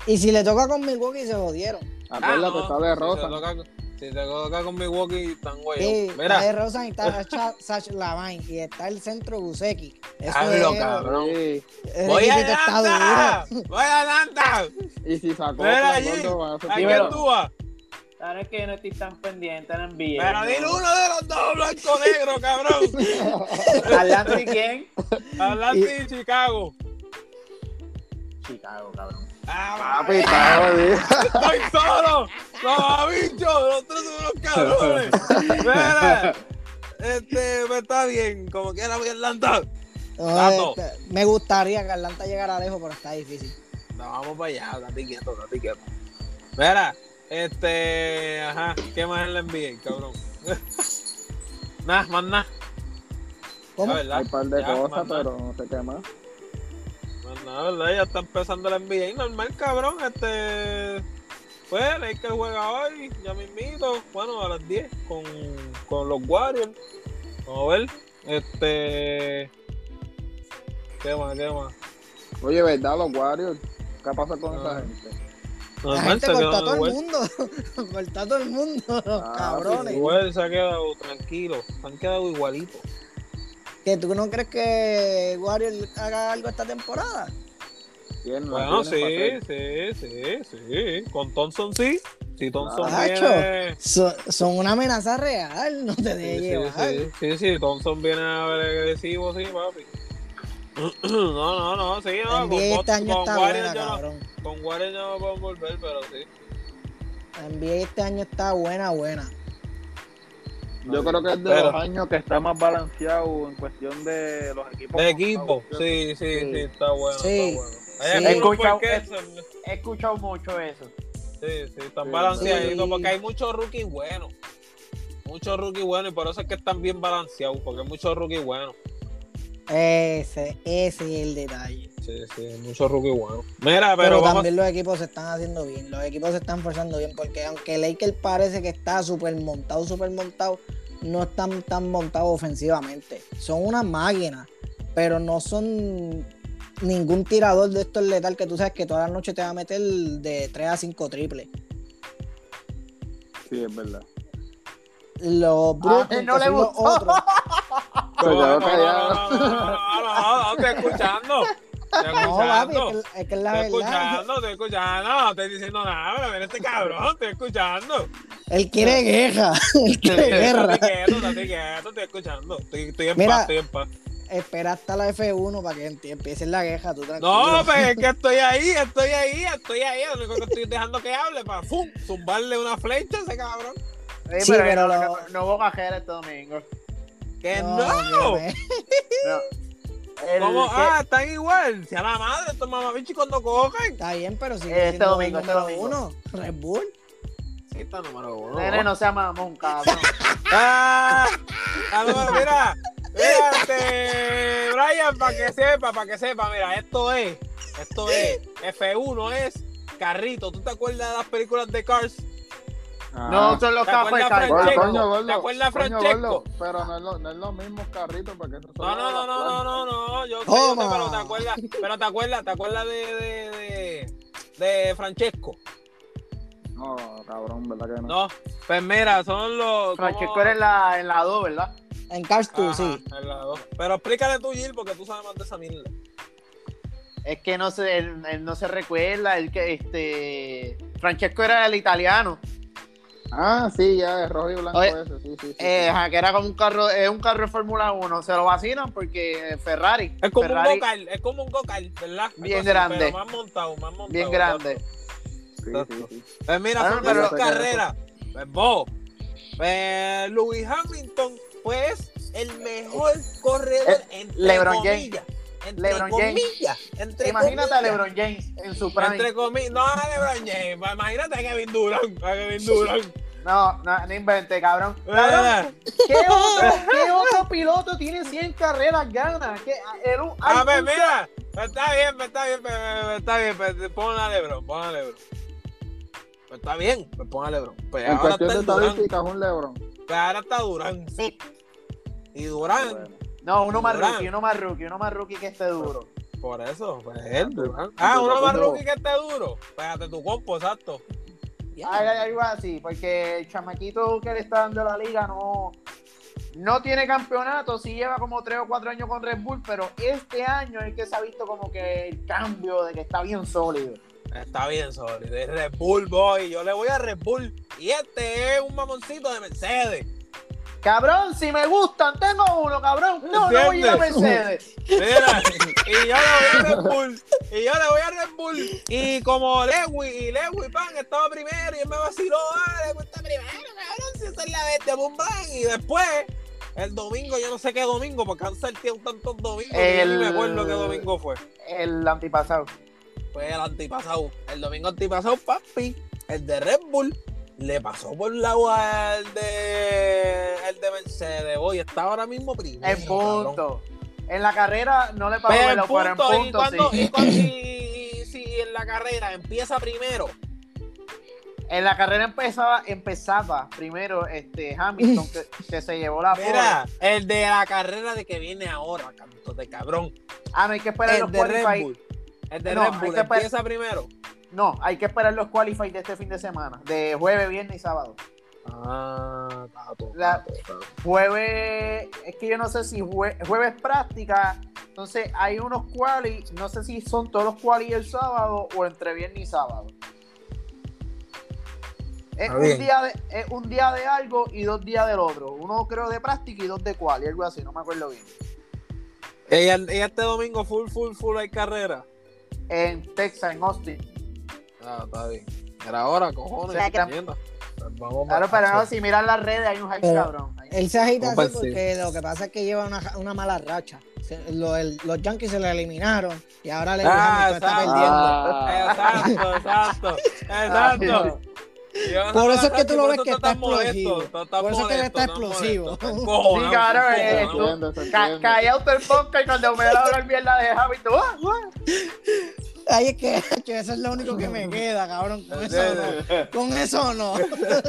Speaker 4: Y si le toca con Milwaukee, se jodieron.
Speaker 2: Acuérdate,
Speaker 1: Ah, no,
Speaker 2: sale
Speaker 1: Si
Speaker 2: Pues Rosa.
Speaker 1: te toca, si te toca con Milwaukee, están güey.
Speaker 4: Sí,
Speaker 1: Mira,
Speaker 4: está de Rosa y está Sasha, Sasha Lavine y está el centro Guseki. Eso
Speaker 1: Hablo,
Speaker 4: es-
Speaker 1: cabrón.
Speaker 2: Sí.
Speaker 4: ese
Speaker 1: voy
Speaker 4: equipito está
Speaker 1: a
Speaker 4: duro.
Speaker 1: Atlanta. Voy a Atlanta.
Speaker 2: Y si sacó
Speaker 1: Mira
Speaker 2: a
Speaker 1: allí.
Speaker 2: Eduardo, va a
Speaker 1: ¿A
Speaker 2: hacer-
Speaker 1: quién
Speaker 3: Dímelo.
Speaker 1: tú vas?
Speaker 3: Claro, es que yo no estoy tan pendiente en NBA.
Speaker 1: Pero dile uno de los dos blanco negro, cabrón.
Speaker 3: ¿Atlanta y quién?
Speaker 1: Atlanta y Chicago.
Speaker 3: Chicago, cabrón.
Speaker 1: Ah,
Speaker 2: Papi, está jodido.
Speaker 1: ¡Estoy solo! ¡Los bichos! ¡Los tres son unos cabrones! Mira, este, pues está bien, como quiera voy a Atlanta.
Speaker 4: No,
Speaker 1: Tato.
Speaker 4: este, me gustaría que Atlanta llegara lejos, pero está difícil.
Speaker 1: No, vamos para allá, date quieto, date quieto. Mira, este, ajá, ¿qué más le envié, cabrón? nada, más nada.
Speaker 4: ¿Cómo?
Speaker 1: La verdad,
Speaker 2: Hay un par de
Speaker 1: ya,
Speaker 2: cosas,
Speaker 1: más nada.
Speaker 2: pero no sé qué más.
Speaker 1: Pues la verdad, ya está empezando la NBA normal, cabrón. Este. Pues el que juega hoy, ya mismito, bueno, a las 10 con, con los Warriors. Vamos a ver. Este. ¿Qué más? ¿Qué más?
Speaker 2: Oye, ¿verdad, los Warriors? ¿Qué pasa con
Speaker 1: Ah.
Speaker 2: esa gente?
Speaker 4: La
Speaker 1: Normal,
Speaker 4: gente
Speaker 1: se
Speaker 4: cortó
Speaker 1: quedó
Speaker 4: a todo el
Speaker 1: igual.
Speaker 4: mundo. cortó a todo el mundo, los
Speaker 2: Ah,
Speaker 4: cabrones.
Speaker 1: Igual se ha quedado tranquilo, se han quedado igualitos.
Speaker 4: ¿Que tú no crees que Warrior haga algo esta temporada?
Speaker 2: ¿Quién?
Speaker 1: Bueno,
Speaker 2: ¿Quién es
Speaker 1: sí,
Speaker 2: para
Speaker 1: sí, sí, sí. Con Thompson sí. Si Thompson
Speaker 4: Ah,
Speaker 1: viene.
Speaker 4: So- son una amenaza real, no te dejes
Speaker 1: Sí,
Speaker 4: llevar.
Speaker 1: sí, sí, sí, sí, Thompson viene agresivo, sí, papi. No, no, no, sí,
Speaker 4: La
Speaker 1: no, con,
Speaker 4: NBA este
Speaker 1: Boston-
Speaker 4: año
Speaker 1: con
Speaker 4: está
Speaker 1: Warriors
Speaker 4: buena,
Speaker 1: yo no,
Speaker 4: cabrón.
Speaker 1: con Warriors yo no puedo volver, pero sí.
Speaker 4: La NBA este año está buena, buena.
Speaker 2: Fatal? Yo creo que es de
Speaker 1: Pero-
Speaker 2: los años que está más balanceado en cuestión de los equipos.
Speaker 1: De equipo, sí, sí, sí, está bueno,
Speaker 4: Sí,
Speaker 1: está bueno. Hay
Speaker 4: sí.
Speaker 1: algunos
Speaker 3: Escucha-
Speaker 1: porque son-
Speaker 3: He escuchado mucho eso.
Speaker 1: Sí, sí, están
Speaker 2: Sí,
Speaker 1: balanceaditos
Speaker 4: sí.
Speaker 1: porque hay muchos rookies buenos. Muchos rookies buenos y por eso es que están bien balanceados, porque hay muchos rookies buenos.
Speaker 4: Ese, ese es el detalle.
Speaker 1: Sí, sí, hay muchos rookies buenos. Mira,
Speaker 4: Pero,
Speaker 1: pero, vamos
Speaker 4: también los equipos se están haciendo bien, los equipos se están forzando bien, porque aunque Lakers parece que está súper montado, súper montado, no están tan montados ofensivamente. Son una máquina, pero no son ningún tirador de estos letal que tú sabes que toda la noche te va a meter de 3 a 5 triples.
Speaker 2: Sí, es verdad.
Speaker 4: Los Brooklyn,
Speaker 3: él Ah, no
Speaker 4: que
Speaker 3: le
Speaker 4: son los
Speaker 3: gustó.
Speaker 4: otros,
Speaker 2: Se quedó callado.
Speaker 1: No, no, no, no, no, estoy escuchando. Estoy
Speaker 4: No, papi, es
Speaker 1: escuchando.
Speaker 4: que, es que es la
Speaker 1: Estoy
Speaker 4: verdad.
Speaker 1: escuchando, estoy escuchando, no estoy diciendo nada, pero mira este cabrón, estoy escuchando.
Speaker 4: Él quiere guerra. Él quiere guerra.
Speaker 1: Date quieto, date quieto, estoy escuchando. Estoy, estoy en
Speaker 4: Mira.
Speaker 1: paz, estoy en paz.
Speaker 4: Espera hasta la F1 para que empie- empiece la guerra, tú tranquilo.
Speaker 1: No, pero es que estoy ahí, estoy ahí, estoy ahí. Lo único que estoy dejando que hable para ¡fum! zumbarle una flecha a ese cabrón.
Speaker 3: Sí,
Speaker 4: Sí,
Speaker 3: pero,
Speaker 4: pero
Speaker 3: no,
Speaker 4: lo-
Speaker 3: no- no voy a caer este domingo.
Speaker 1: Que no.
Speaker 4: hombre,
Speaker 3: No. El
Speaker 1: ¿Cómo?
Speaker 3: que-
Speaker 1: Ah, están igual. Si a la madre, estos mamabichos cuando cogen.
Speaker 4: Está bien, pero si
Speaker 3: Este domingo, este
Speaker 4: uno, Red Bull.
Speaker 1: Sí, está número uno.
Speaker 3: Nene, no sea mamón, cabrón.
Speaker 1: Ah, ah, no, mira, mira, este, Brian, para que sepa, para que sepa, mira, esto es, esto es, F1 es carrito. ¿Tú te acuerdas de las películas de Cars?
Speaker 3: No
Speaker 2: Ah.
Speaker 3: son los
Speaker 1: ¿Te acuerdas,
Speaker 3: cafés, cabrón.
Speaker 1: Francesco?
Speaker 2: coño, gordo,
Speaker 1: ¿Te acuerdas,
Speaker 2: coño,
Speaker 1: Francesco?
Speaker 2: gordo, Pero no es, lo, no es los mismos carritos porque esos son
Speaker 1: No, no,
Speaker 2: de
Speaker 1: no,
Speaker 2: las
Speaker 1: no, no, no, no, yo sé, yo sé,
Speaker 4: Toma.
Speaker 1: pero te acuerdas, pero te acuerdas, te acuerdas de, de, de, de Francesco.
Speaker 2: plantas. No, cabrón, ¿verdad que no?
Speaker 1: No, pues mira, son los.
Speaker 3: Francesco
Speaker 1: ¿cómo?
Speaker 3: era en la, en la 2, ¿verdad?
Speaker 4: En Cars 2,
Speaker 1: Ajá,
Speaker 4: sí.
Speaker 1: en la dos. Pero explícale tú, Gil, porque tú sabes más de esa mierda.
Speaker 3: Es que no se, él, él no se recuerda, él que este. Francesco era el italiano.
Speaker 2: Ah, sí, ya, es rojo y blanco
Speaker 3: Oye,
Speaker 2: ese, sí, sí, sí.
Speaker 3: Eh, ajá, que era como un carro, es un carro de Fórmula 1. Se lo vacinan porque eh, Ferrari.
Speaker 1: Es como un
Speaker 3: Ferrari,
Speaker 1: go es como un go ¿verdad? Algo
Speaker 3: Bien
Speaker 1: así,
Speaker 3: grande.
Speaker 1: Pero más montado, más montado.
Speaker 3: Bien grande.
Speaker 2: sí, sí, sí.
Speaker 1: Pues mira,
Speaker 3: Ah,
Speaker 1: son
Speaker 3: pero-
Speaker 1: esas carreras. Pues vos, pues Louis Hamilton, pues el mejor corredor entre
Speaker 3: Eh, LeBron
Speaker 1: comillas. Entre
Speaker 3: LeBron James.
Speaker 1: comillas. Entre
Speaker 3: Imagínate
Speaker 1: comillas.
Speaker 3: a LeBron James en su prime.
Speaker 1: Entre comillas. No, a LeBron James. pues Imagínate a Kevin Durant. A Kevin Durant. Ah,
Speaker 3: No, no, no invente, cabrón.
Speaker 1: Eh.
Speaker 3: Cabrón,
Speaker 1: ¿Verdad?
Speaker 3: ¿Qué otro, qué otro piloto tiene 100 carreras ganas? ¿Qué- era un-
Speaker 1: A
Speaker 3: hay
Speaker 1: ver, ah, pues,
Speaker 3: un-
Speaker 1: mira. Está bien, pues, está bien, pues, pues, está bien. pues, Pon a LeBron, pon a LeBron. Pues Está bien, pues pon a LeBron. Pues
Speaker 2: En
Speaker 1: ahora
Speaker 2: cuestión
Speaker 1: está
Speaker 2: de
Speaker 1: el Durant.
Speaker 2: estadísticas, un Lebron.
Speaker 1: Pero ahora está Durán. Y Durán.
Speaker 2: Bueno.
Speaker 3: No, uno más
Speaker 1: Durán.
Speaker 3: rookie, uno más rookie, uno más rookie que esté duro.
Speaker 1: Por eso, pues él, Durán. Ah, uno más rookie que esté duro. Pégate tu compo, exacto.
Speaker 3: Hay- hay Algo así, porque el chamaquito que le está dando la liga no, no tiene campeonato, sí lleva como tres o cuatro años con Red Bull, pero este año es que se ha visto como que el cambio de que está bien sólido.
Speaker 1: Está bien, sorry. De Red Bull, boy. Yo le voy a Red Bull. Y este es un mamoncito de Mercedes.
Speaker 3: Cabrón, si me gustan, tengo uno, cabrón. No, no voy a ir a Mercedes.
Speaker 1: Mira, y yo le voy a Red Bull. Y yo le voy a Red Bull. Y como Lewy y Lewy Pan estaba primero y él me vaciló, ah, Lewy está primero, cabrón, si esa es la bestia, boom, bang. Y después, el domingo, yo no sé qué domingo, porque han salteado tantos domingos que yo ni
Speaker 3: El-
Speaker 1: me acuerdo qué domingo fue.
Speaker 3: El antipasado.
Speaker 1: Fue Pues el antipasado. El domingo antipasado, papi, el de Red Bull, le pasó por la lado al de, el de Mercedes, boy, está ahora mismo primero.
Speaker 3: En
Speaker 1: cabrón.
Speaker 3: punto. En la carrera no le pasó,
Speaker 1: Pero en
Speaker 3: pero, pero
Speaker 1: punto,
Speaker 3: en
Speaker 1: y
Speaker 3: punto
Speaker 1: cuando,
Speaker 3: sí.
Speaker 1: y cuando- y- y si en la carrera empieza primero,
Speaker 3: En la carrera empezaba, empezaba primero este Hamilton, que, que se llevó la
Speaker 1: mira, el de la carrera de que viene ahora, canto de cabrón,
Speaker 3: pole. Ah, no hay que esperar
Speaker 1: el
Speaker 3: los
Speaker 1: de Red
Speaker 3: qualify.
Speaker 1: Bull, el de
Speaker 3: No,
Speaker 1: Red Bull
Speaker 3: hay que pa-
Speaker 1: empieza primero.
Speaker 3: No, hay que esperar los qualify de este fin de semana, de jueves, viernes y sábado.
Speaker 1: Ah, tato,
Speaker 3: La-
Speaker 1: tato, tato.
Speaker 3: Jueves, es que yo no sé si jue- jueves práctica, entonces hay unos quali, no sé si son todos los quali el sábado o entre viernes y sábado. Es
Speaker 1: Está
Speaker 3: un,
Speaker 1: bien.
Speaker 3: día de, es un día de algo y dos días del otro. Uno creo de práctica y dos de quali, algo así, no me acuerdo bien.
Speaker 1: Y, el- y este domingo full, full, full hay carrera.
Speaker 3: En Texas, en Austin.
Speaker 1: Ah, está bien. Era ahora, cojones.
Speaker 3: O sea, que-
Speaker 1: mierda. Pues vamos
Speaker 3: Claro,
Speaker 1: para-
Speaker 3: pero no, si miran las redes hay un
Speaker 2: Eh,
Speaker 3: hype
Speaker 4: Pero-
Speaker 3: cabrón. Hay-
Speaker 4: Él se agita
Speaker 1: Opa,
Speaker 4: así porque lo que pasa es que lleva una, una mala racha. Se- lo- el- los Yankees se le eliminaron y ahora le
Speaker 1: Ah,
Speaker 4: está
Speaker 1: exacto.
Speaker 4: perdiendo.
Speaker 1: Exacto, exacto,
Speaker 3: Ah,
Speaker 1: exacto. Yo
Speaker 4: Ah, Por
Speaker 1: no
Speaker 4: eso es que
Speaker 1: sé,
Speaker 4: tú lo
Speaker 1: por
Speaker 4: ves
Speaker 1: eso
Speaker 4: que
Speaker 1: tú
Speaker 4: está
Speaker 1: estás molesto,
Speaker 4: explosivo.
Speaker 1: tú estás
Speaker 4: Por eso es que él
Speaker 1: molesto,
Speaker 4: está
Speaker 1: estás
Speaker 4: explosivo.
Speaker 1: molesto, estás encojonado,
Speaker 3: Sí, cabrón,
Speaker 1: estás
Speaker 3: eh,
Speaker 1: encojonado.
Speaker 2: Entiendo, se
Speaker 3: Ca-
Speaker 2: entiende.
Speaker 1: eh.
Speaker 3: Callado todo el podcast y cuando me da hablar mierda de Hamilton. ¡ah, ah!
Speaker 4: Ay, es que hecho, eso es lo único que me queda, cabrón. Con eso
Speaker 3: eh,
Speaker 4: no. Con eso no.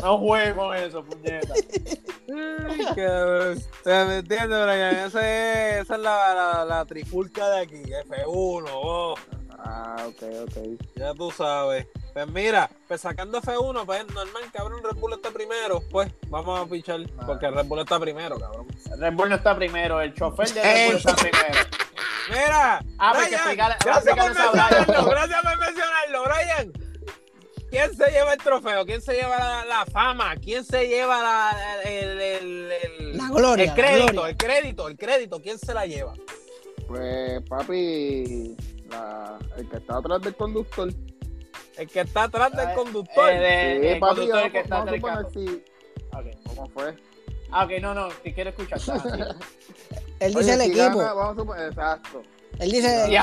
Speaker 3: No juego con eso, puñeta.
Speaker 1: Ay, cabrón. O sea, ¿Me entiendes, Brian? Ese es- esa es la, la, la trifulca de aquí, F1, oh,
Speaker 2: Ah, ok, ok.
Speaker 1: ya tú sabes. Pues mira, pues sacando F1, pues normal, cabrón, Red Bull está primero, pues vamos a pichar, porque Red Bull está primero, cabrón.
Speaker 3: Red Bull no está primero, el chofer de Red
Speaker 2: Eh,
Speaker 3: Bull está primero.
Speaker 1: Mira,
Speaker 3: Ah, pero hay que
Speaker 1: Brian,
Speaker 3: explicarle-
Speaker 1: gracias
Speaker 3: hay que
Speaker 1: por
Speaker 3: explicarle eso a
Speaker 1: mencionarlo, gracias por mencionarlo, Brian. ¿Quién se lleva el trofeo? ¿Quién se lleva la, la fama? ¿Quién se lleva la, el, el- el-
Speaker 4: La gloria,
Speaker 1: el crédito,
Speaker 4: la gloria.
Speaker 1: el crédito, el crédito? ¿Quién se la lleva?
Speaker 2: Pues, papi, la, el que está atrás del conductor.
Speaker 1: El que está atrás del
Speaker 3: Ah,
Speaker 1: conductor.
Speaker 3: eh, de-
Speaker 2: Sí,
Speaker 3: el
Speaker 2: papi,
Speaker 3: conductor
Speaker 2: vamos-
Speaker 3: que está
Speaker 2: vamos a
Speaker 3: cercano.
Speaker 2: suponer si-
Speaker 3: Ok.
Speaker 2: ¿Cómo fue?
Speaker 3: Ah, ok, no, no, te quiero escuchar. Ah, sí.
Speaker 4: Él
Speaker 2: Oye,
Speaker 4: dice el
Speaker 2: si
Speaker 4: equipo.
Speaker 2: gana, vamos a suponer, exacto.
Speaker 4: Él dice.
Speaker 3: Ya,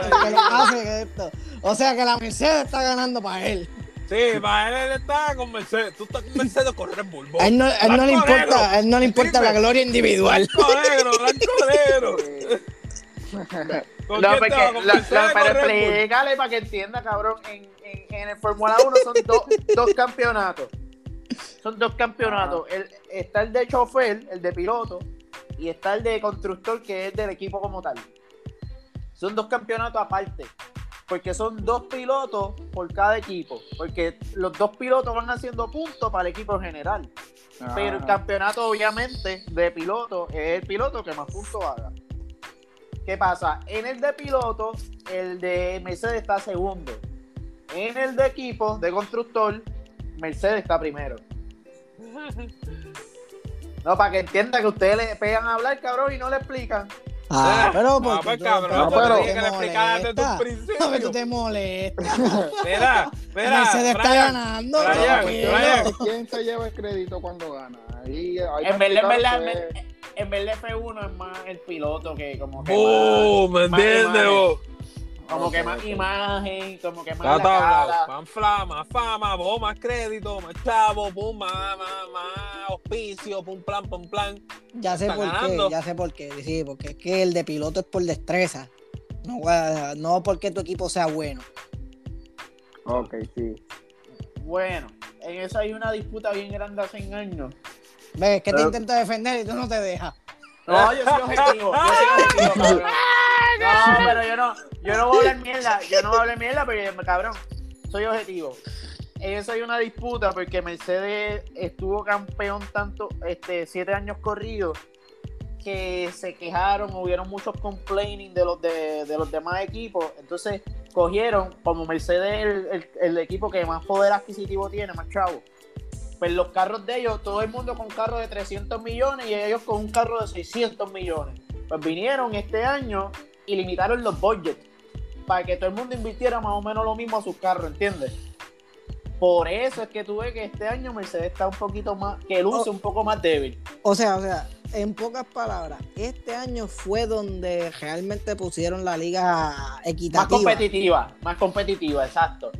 Speaker 1: ya,
Speaker 4: el
Speaker 1: ya.
Speaker 4: que lo hace que esto". O sea que la Mercedes está ganando para él.
Speaker 1: Sí, para él, él está con Mercedes. Tú estás con Mercedes con Red Bull.
Speaker 4: A él no, a él no le
Speaker 1: Blanco
Speaker 4: importa, a él no le importa la
Speaker 1: Dime.
Speaker 4: gloria individual.
Speaker 1: Blanco negro, blanco negro.
Speaker 2: Eh,
Speaker 1: ¿Con
Speaker 3: No,
Speaker 1: quién te
Speaker 3: porque,
Speaker 1: vas? ¿Con
Speaker 3: lo-
Speaker 1: Mercedes
Speaker 3: lo-
Speaker 1: o
Speaker 3: pero
Speaker 1: con Red Bull?
Speaker 3: explícale para que entienda, cabrón. En, en, en el Fórmula 1 son dos- dos campeonatos. Son dos campeonatos. El- está el de chofer, el de piloto, y está el de constructor, que es del equipo como tal. Son dos campeonatos aparte. Porque son dos pilotos por cada equipo. Porque los dos pilotos van haciendo puntos para el equipo en general. Pero el
Speaker 2: ah,
Speaker 3: campeonato, obviamente, de piloto es el piloto que más puntos haga. ¿Qué pasa? En el de piloto, el de Mercedes está segundo. En el de equipo, de constructor, Mercedes está primero. No, para que entienda que ustedes le pegan a hablar, cabrón, y no le explican.
Speaker 4: Ah, pero
Speaker 1: No,
Speaker 4: porque
Speaker 1: pues
Speaker 4: tú-
Speaker 1: cabrón,
Speaker 4: pero
Speaker 2: no,
Speaker 4: tú
Speaker 2: pero-
Speaker 4: te
Speaker 2: tienes
Speaker 1: que le explicar desde un
Speaker 4: molestas.
Speaker 1: principio.
Speaker 4: Ah, No, pero tú te molestas.
Speaker 1: Mira, mira.
Speaker 4: Mercedes está
Speaker 1: Brian,
Speaker 4: ganando.
Speaker 1: Brian,
Speaker 4: tranquilo.
Speaker 1: Brian.
Speaker 2: ¿Quién se lleva el crédito cuando gana? Ahí, ahí
Speaker 3: En verdad, en verdad,
Speaker 2: practicamos,
Speaker 3: en En vez de F1 es más el piloto que como que
Speaker 1: ¡Boom! ¿Me
Speaker 3: Más
Speaker 1: entiendes,
Speaker 3: imagen.
Speaker 1: vos?
Speaker 3: más, como que más
Speaker 2: Ok, ok.
Speaker 3: imagen, como que más
Speaker 1: Está
Speaker 3: la
Speaker 1: todo hablado.
Speaker 3: cara.
Speaker 1: Más fama, más fama, vos, más crédito, más chavo, pum, más, más, más auspicio, pum, plan, pum, plan.
Speaker 4: Ya sé
Speaker 1: Está
Speaker 4: por
Speaker 1: ganando.
Speaker 4: qué, ya sé por qué. Sí, porque es que el de piloto es por destreza. No, ah, no porque tu equipo sea bueno.
Speaker 2: Ok, sí.
Speaker 3: Bueno, en eso hay una disputa bien grande hace 100 años.
Speaker 4: Ves, que te
Speaker 3: Pero-
Speaker 4: intento defender y tú no te dejas.
Speaker 3: No, yo soy objetivo, yo soy objetivo, cabrón.
Speaker 1: ¡Ay,
Speaker 3: No, pero yo no, yo no voy a hablar mierda, yo no voy a hablar mierda, pero yo- cabrón, soy objetivo. En eso hay una disputa porque Mercedes estuvo campeón tanto, este, siete años corridos, que se quejaron, hubieron muchos complaining de los de, de los demás equipos. Entonces, cogieron, como Mercedes el, el- el equipo que más poder adquisitivo tiene, más chavo. Pues los carros de ellos, todo el mundo con carros de 300 millones y ellos con un carro de 600 millones. Pues vinieron este año y limitaron los budgets para que todo el mundo invirtiera más o menos lo mismo a sus carros, ¿entiendes? Por eso es que tú ves que este año Mercedes está un poquito más, que
Speaker 2: Oh.
Speaker 3: luce un poco más débil.
Speaker 4: O sea, o sea, en pocas palabras, este año fue donde realmente pusieron la liga equitativa.
Speaker 3: Más competitiva, más competitiva, exacto.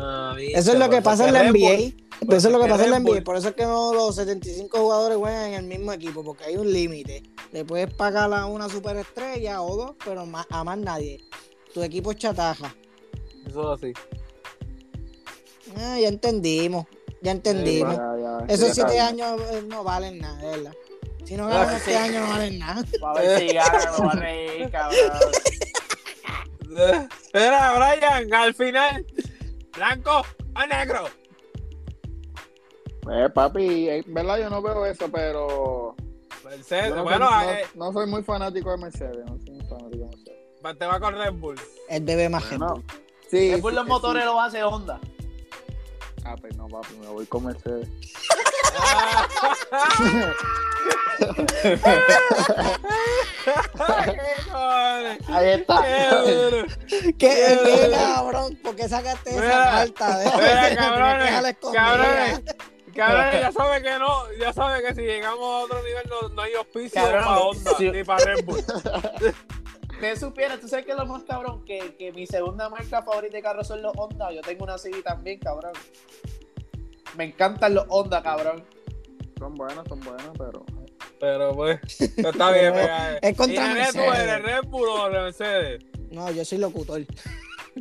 Speaker 1: Ah, viste,
Speaker 4: Eso es lo
Speaker 1: por
Speaker 4: que pasa en la
Speaker 1: Red Bull-
Speaker 4: NBA.
Speaker 1: por
Speaker 4: Eso es lo que
Speaker 1: que
Speaker 4: pasa en la
Speaker 1: Red Bull-
Speaker 4: NBA. Por eso es que no los 75 jugadores juegan en el mismo equipo, porque hay un límite. Le puedes pagar a una superestrella o dos, pero ma- a más nadie. Tu equipo es chataja.
Speaker 1: Eso es así.
Speaker 4: Ah, ya entendimos. Ya entendimos. Esos siete años eh, no valen nada, de ¿verdad? Si no ganan
Speaker 3: Ah,
Speaker 4: este
Speaker 3: sí.
Speaker 4: año, no valen nada.
Speaker 3: Va a ver si gana, me va a reír, cabrón.
Speaker 1: Era Brian, al final, blanco o negro.
Speaker 2: Eh, papi, en verdad yo no veo eso, pero.
Speaker 1: Mercedes,
Speaker 2: yo no,
Speaker 1: bueno,
Speaker 2: soy, no-
Speaker 1: eh,
Speaker 2: no soy muy fanático de Mercedes. No soy muy fanático de Mercedes.
Speaker 1: te va con Red Bull.
Speaker 4: Él bebe más gente.
Speaker 2: Bueno, sí.
Speaker 3: Después los
Speaker 2: sí,
Speaker 3: motores
Speaker 2: sí.
Speaker 3: lo hace Honda.
Speaker 2: Ah, pues no, papi, me voy con Mercedes.
Speaker 1: ¡Qué cojones!
Speaker 3: Ahí está.
Speaker 1: ¡Qué duro!
Speaker 4: ¿Qué, qué cabrón? ¿Por qué sacaste esa
Speaker 1: Mira,
Speaker 4: carta? De...
Speaker 1: Mira,
Speaker 4: Déjala
Speaker 1: cabrones,
Speaker 4: escondida.
Speaker 1: cabrones, cabrones, ya saben que no, ya saben que si llegamos a otro nivel no, no hay auspicio
Speaker 3: Cabrones,
Speaker 1: para Honda
Speaker 3: sí.
Speaker 1: ni para Red Bull.
Speaker 3: Te supieras, tú sabes que es lo más cabrón, que, que mi segunda marca favorita de carro son los Honda. Yo tengo una Civic también, cabrón. Me encantan los Honda, cabrón.
Speaker 2: Son buenos, son buenos, pero.
Speaker 1: Pero pues, está bien, mira, eh.
Speaker 4: Es contra
Speaker 1: ¿Y Nené, tú
Speaker 4: Mercedes.
Speaker 1: eres Red Bull o de Mercedes?
Speaker 4: No, yo soy locutor.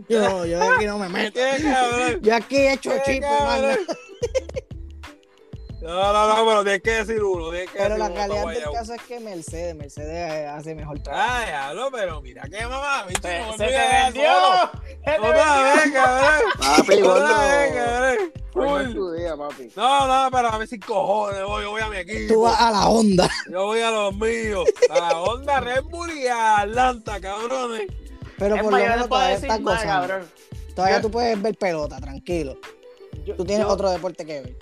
Speaker 4: Yo, yo de aquí no me meto.
Speaker 1: ¿Qué cabrón?
Speaker 4: Yo aquí he hecho
Speaker 1: ¿Qué
Speaker 4: chip,
Speaker 1: cabrón?
Speaker 4: hermano.
Speaker 1: No, no, no, pero tienes que decir uno, tienes que
Speaker 4: Pero
Speaker 1: decir
Speaker 4: la
Speaker 1: uno para
Speaker 4: calidad del
Speaker 1: Guayabo.
Speaker 4: caso es que Mercedes, Mercedes eh, hace mejor
Speaker 3: Ah.
Speaker 4: trabajo.
Speaker 1: Ay, hablo, pero mira qué mamá, viste,
Speaker 3: Se,
Speaker 1: no
Speaker 3: se
Speaker 1: olvides
Speaker 3: te
Speaker 1: de
Speaker 3: vendió.
Speaker 1: eso.
Speaker 3: Se te
Speaker 1: Otra
Speaker 3: vendió.
Speaker 1: vez, cabrón.
Speaker 2: Papi,
Speaker 1: Otra vez,
Speaker 2: gordo.
Speaker 1: cabrón.
Speaker 2: Hoy Pues no es
Speaker 1: Full.
Speaker 2: tu día, papi.
Speaker 1: No, no, pero a ver si cojones voy, yo voy a mi equipo.
Speaker 4: Tú vas a la onda.
Speaker 1: Yo voy a los míos, a la Honda Red Bull y a Atlanta, cabrones.
Speaker 4: Pero
Speaker 3: Es
Speaker 4: por
Speaker 3: más,
Speaker 4: lo
Speaker 3: yo no
Speaker 4: menos
Speaker 3: te puedo
Speaker 4: todavía
Speaker 3: decir
Speaker 4: estás
Speaker 3: más,
Speaker 4: gozando.
Speaker 3: cabrón.
Speaker 4: Todavía
Speaker 3: Yo-
Speaker 4: tú puedes ver pelota, tranquilo.
Speaker 3: Yo-
Speaker 4: Tú tienes
Speaker 3: yo-
Speaker 4: otro deporte que ver.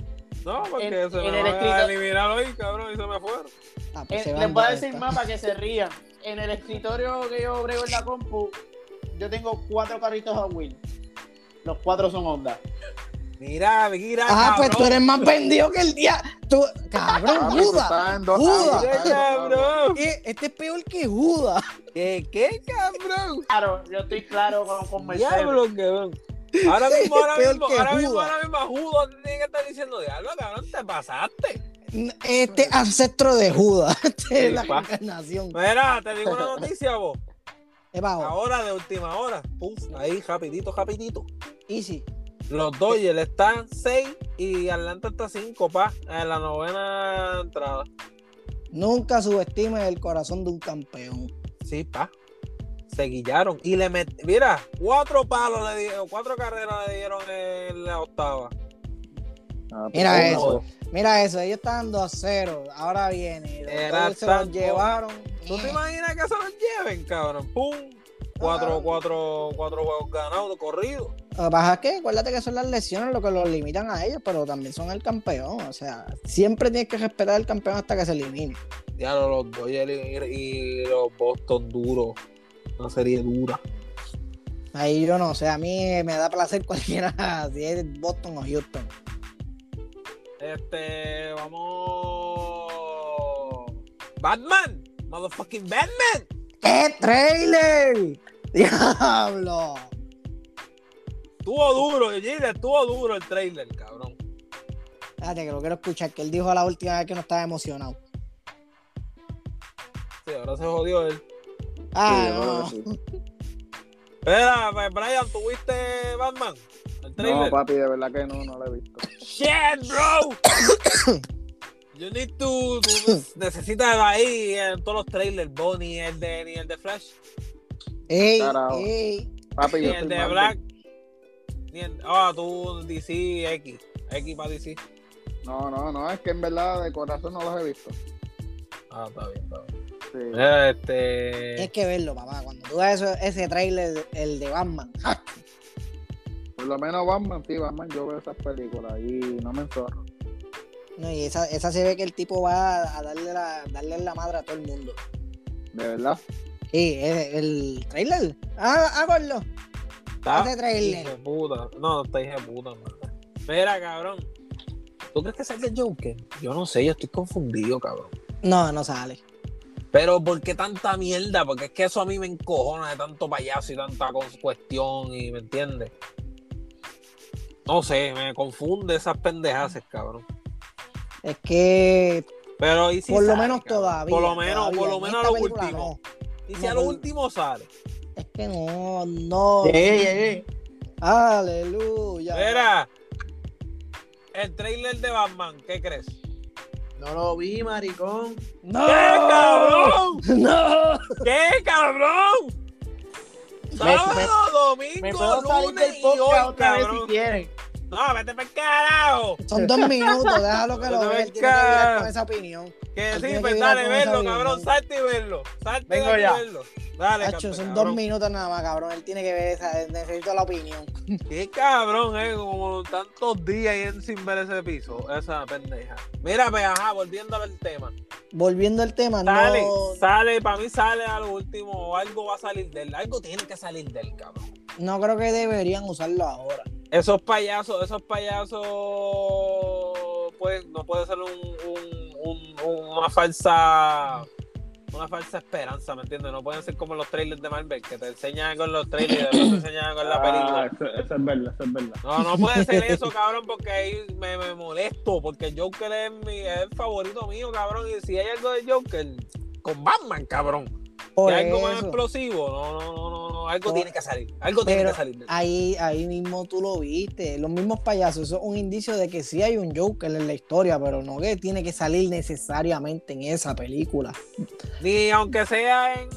Speaker 1: No, porque
Speaker 3: En-
Speaker 1: se
Speaker 3: en
Speaker 1: me
Speaker 3: el
Speaker 1: van a
Speaker 3: escrito-
Speaker 1: eliminar hoy, cabrón, y se me fueron.
Speaker 4: Ah, pues se
Speaker 3: Eh,
Speaker 4: van
Speaker 3: les voy a
Speaker 4: de
Speaker 3: decir
Speaker 4: esta.
Speaker 3: más para que se rían. En el escritorio que yo brego en la compu, yo tengo cuatro carritos a Will. Los cuatro son Honda.
Speaker 1: Mira, mira,
Speaker 4: Ah, pues tú
Speaker 1: cabrón.
Speaker 4: eres más vendido que el día. Tú, cabrón,
Speaker 2: Papi, tú
Speaker 4: Judas.
Speaker 2: estás en dos
Speaker 4: Judas.
Speaker 2: lados,
Speaker 1: Mira,
Speaker 2: estás en dos lados.
Speaker 1: cabrón.
Speaker 4: Eh, Este es peor que Judas.
Speaker 1: ¿Qué, qué, cabrón?
Speaker 3: Claro, yo estoy claro con, con Mercedes.
Speaker 1: Diablo, cabrón. Ahora mismo, ahora
Speaker 4: Peor
Speaker 1: mismo,
Speaker 4: que
Speaker 1: ahora mismo,
Speaker 4: Judas.
Speaker 1: ahora mismo, Judo te tiene que estar diciendo, diablo, cabrón, te pasaste.
Speaker 4: Este ancestro de Judas. Este es la
Speaker 1: pa.
Speaker 4: encarnación.
Speaker 1: Mira, te digo una noticia, vos.
Speaker 4: Es bajo.
Speaker 1: Ahora de última hora. Puf, ahí, rapidito, rapidito.
Speaker 4: Easy.
Speaker 1: Los Dodgers están 6 y Atlanta está 5, pa, en la novena entrada.
Speaker 4: Nunca subestimes el corazón de un campeón.
Speaker 1: Sí, pa. Se guillaron. Y le met... Mira, cuatro palos le dieron, cuatro carreras le dieron en la octava.
Speaker 2: Ah, pues,
Speaker 4: Mira
Speaker 2: una,
Speaker 4: eso.
Speaker 2: dos.
Speaker 4: Mira eso, ellos estaban 2-0. Ahora viene. Los
Speaker 1: Era
Speaker 4: Dodgers se los
Speaker 1: tanto.
Speaker 4: llevaron.
Speaker 1: ¿Tú te
Speaker 4: Eh,
Speaker 1: imaginas que se los lleven, cabrón? ¡Pum! Cuatro,
Speaker 4: Ah.
Speaker 1: cuatro, cuatro juegos ganados, corridos.
Speaker 4: Lo que pasa es que acuérdate que son las lesiones lo que los limitan a ellos, pero también son el campeón. O sea, siempre tienes que respetar al campeón hasta que se elimine.
Speaker 1: Ya los Dodgers y, y los Boston duros. Una serie dura.
Speaker 4: Ahí yo no sé, a mí me da placer cualquiera, si es Boston o Houston.
Speaker 1: Este, vamos. Batman. Motherfucking Batman.
Speaker 4: ¡Eh, trailer! ¡Diablo!
Speaker 1: Estuvo duro, Gilles, estuvo duro el trailer, cabrón.
Speaker 4: Espérate, que lo quiero escuchar, que él dijo la última vez que no estaba emocionado.
Speaker 1: Sí, ahora se jodió él.
Speaker 4: Ah,
Speaker 2: Sí, yo creo
Speaker 4: no.
Speaker 2: que sí.
Speaker 1: Espera, pues, Brian, ¿tuviste Batman? El
Speaker 2: No,
Speaker 1: trailer.
Speaker 2: papi, de verdad que no, no lo he visto.
Speaker 1: Shit, bro. You need to, to- necesitas ahí en todos los trailers, Bonnie, el de ni el de Flash.
Speaker 4: Ey,
Speaker 2: Carajo.
Speaker 4: ey.
Speaker 2: Papi,
Speaker 1: Ni
Speaker 2: yo
Speaker 1: el
Speaker 2: soy
Speaker 1: de
Speaker 2: Marvel.
Speaker 1: Black. Ni el- Ah, tú DC, X. X para DC.
Speaker 2: No, no, no, es que en verdad de corazón no los he visto.
Speaker 1: Ah, está bien, está bien.
Speaker 2: Sí.
Speaker 1: Mira, este.
Speaker 4: Tienes que verlo, papá. Cuando tú ves eso, ese trailer, el de Batman. ¡ja!
Speaker 2: Por lo menos Batman, sí, Batman, yo veo esas películas y no me ensorro.
Speaker 4: No, y esa, esa se ve que el tipo va a darle la, darle la madre a todo el mundo.
Speaker 2: De verdad.
Speaker 4: Sí, el, el trailer. Ah, háganlo.
Speaker 1: Está
Speaker 4: Ese trailer.
Speaker 1: Ah, hijo de puta. No, está hija de puta, en verdad. Mira, cabrón. ¿Tú crees que saque el Joker? Yo no sé, yo estoy confundido, cabrón.
Speaker 4: No, no sale.
Speaker 1: Pero ¿por qué tanta mierda? Porque es que eso a mí me encojona de tanto payaso y tanta cos- cuestión y me entiendes. No sé, me confunde esas pendejaces, cabrón.
Speaker 4: Es que
Speaker 1: Pero y si
Speaker 4: por lo
Speaker 1: sale,
Speaker 4: menos
Speaker 1: cabrón?
Speaker 4: todavía.
Speaker 1: Por lo menos,
Speaker 4: todavía.
Speaker 1: por lo
Speaker 4: En
Speaker 1: menos a
Speaker 4: esta
Speaker 1: lo
Speaker 4: película
Speaker 1: último. Y si
Speaker 4: No,
Speaker 1: a lo
Speaker 4: no.
Speaker 1: último sale.
Speaker 4: no. Es que no, no.
Speaker 3: Ey, ey, ey.
Speaker 4: Aleluya.
Speaker 1: Mira, el trailer de Batman, ¿qué crees?
Speaker 3: No lo vi, maricón.
Speaker 4: No.
Speaker 1: ¡Qué cabrón!
Speaker 4: No.
Speaker 1: ¡Qué cabrón! Sábado, domingo,
Speaker 3: Me puedo salir
Speaker 1: lunes
Speaker 3: del
Speaker 1: y hoy,
Speaker 3: podcast otra vez si
Speaker 1: cabrón.
Speaker 3: quieren.
Speaker 1: No, vete para el carajo.
Speaker 4: Son dos minutos, déjalo que lo
Speaker 1: No te
Speaker 4: vea. Él tiene que
Speaker 1: vengas.
Speaker 4: vivir con esa opinión.
Speaker 1: Que
Speaker 4: Tú
Speaker 1: sí,
Speaker 4: tienes que
Speaker 1: pues
Speaker 4: ir
Speaker 1: dale,
Speaker 4: a
Speaker 1: verlo,
Speaker 4: comenzar
Speaker 1: cabrón.
Speaker 4: bien.
Speaker 1: Salte y verlo. Salte
Speaker 3: Vengo
Speaker 1: dale,
Speaker 3: ya.
Speaker 1: y verlo. Dale,
Speaker 4: Hacho,
Speaker 1: canta,
Speaker 4: son dos
Speaker 1: cabrón.
Speaker 4: minutos nada más, cabrón. Él tiene que ver esa. Necesito la opinión.
Speaker 1: Qué cabrón, eh. Como tantos días y él sin ver ese piso. Esa pendeja. Mira, pues, ajá, volviendo al tema.
Speaker 4: Volviendo al tema,
Speaker 1: Sale,
Speaker 4: no.
Speaker 1: sale, para mí sale a lo último. o Algo va a salir de él. Algo tiene que salir de él, cabrón.
Speaker 4: No creo que deberían usarlo ahora.
Speaker 1: Esos payasos, esos payasos, pues no puede ser un, un- un- un- una falsa, una falsa esperanza, ¿me entiendes? No pueden ser como los trailers de Marvel, que te enseñan con los trailers y después te enseñan con
Speaker 4: Ah.
Speaker 1: la película.
Speaker 2: Ah, eso, eso es verdad, eso es verdad.
Speaker 1: No, no puede ser eso, cabrón, porque ahí me, me molesto, porque el Joker es, mi, es el favorito mío, cabrón, y si hay algo de Joker, con Batman, cabrón.
Speaker 4: Por
Speaker 1: Si hay algo más
Speaker 4: eso.
Speaker 1: explosivo, no, no, no, no, no, algo
Speaker 4: No.
Speaker 1: tiene que salir, algo tiene
Speaker 4: Pero
Speaker 1: que salir. de-
Speaker 4: Ahí, ahí mismo tú lo viste, los mismos payasos, eso es un indicio de que sí hay un Joker en la historia, pero no que tiene que salir necesariamente en esa película.
Speaker 1: Ni aunque sea en.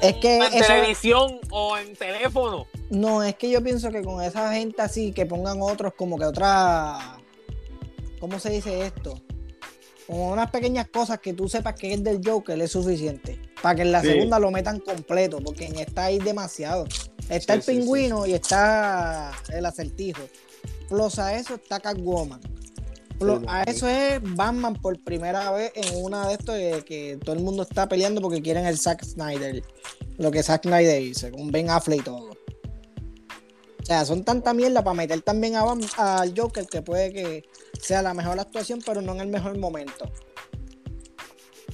Speaker 4: Es que
Speaker 1: en
Speaker 4: eso-
Speaker 1: televisión o en teléfono.
Speaker 4: No, es que yo pienso que con esa gente así, que pongan otros como que otra, ¿cómo se dice esto? Como unas pequeñas cosas que tú sepas que es del Joker es suficiente, para que en la
Speaker 2: Sí.
Speaker 4: segunda lo metan completo, porque en esta hay demasiado.
Speaker 1: Sí,
Speaker 4: Está el
Speaker 1: sí, sí,
Speaker 4: pingüino y está el acertijo. Plus a eso está Catwoman. Plus
Speaker 1: Sí,
Speaker 4: a
Speaker 1: sí.
Speaker 4: eso es Batman por primera vez en una de estos de que todo el mundo está peleando porque quieren el Zack Snyder. Lo que Zack Snyder hizo, con Ben Affleck y todo. O sea, son tanta mierda para meter también a Bam- al Joker que puede que sea la mejor actuación, pero no en el mejor momento.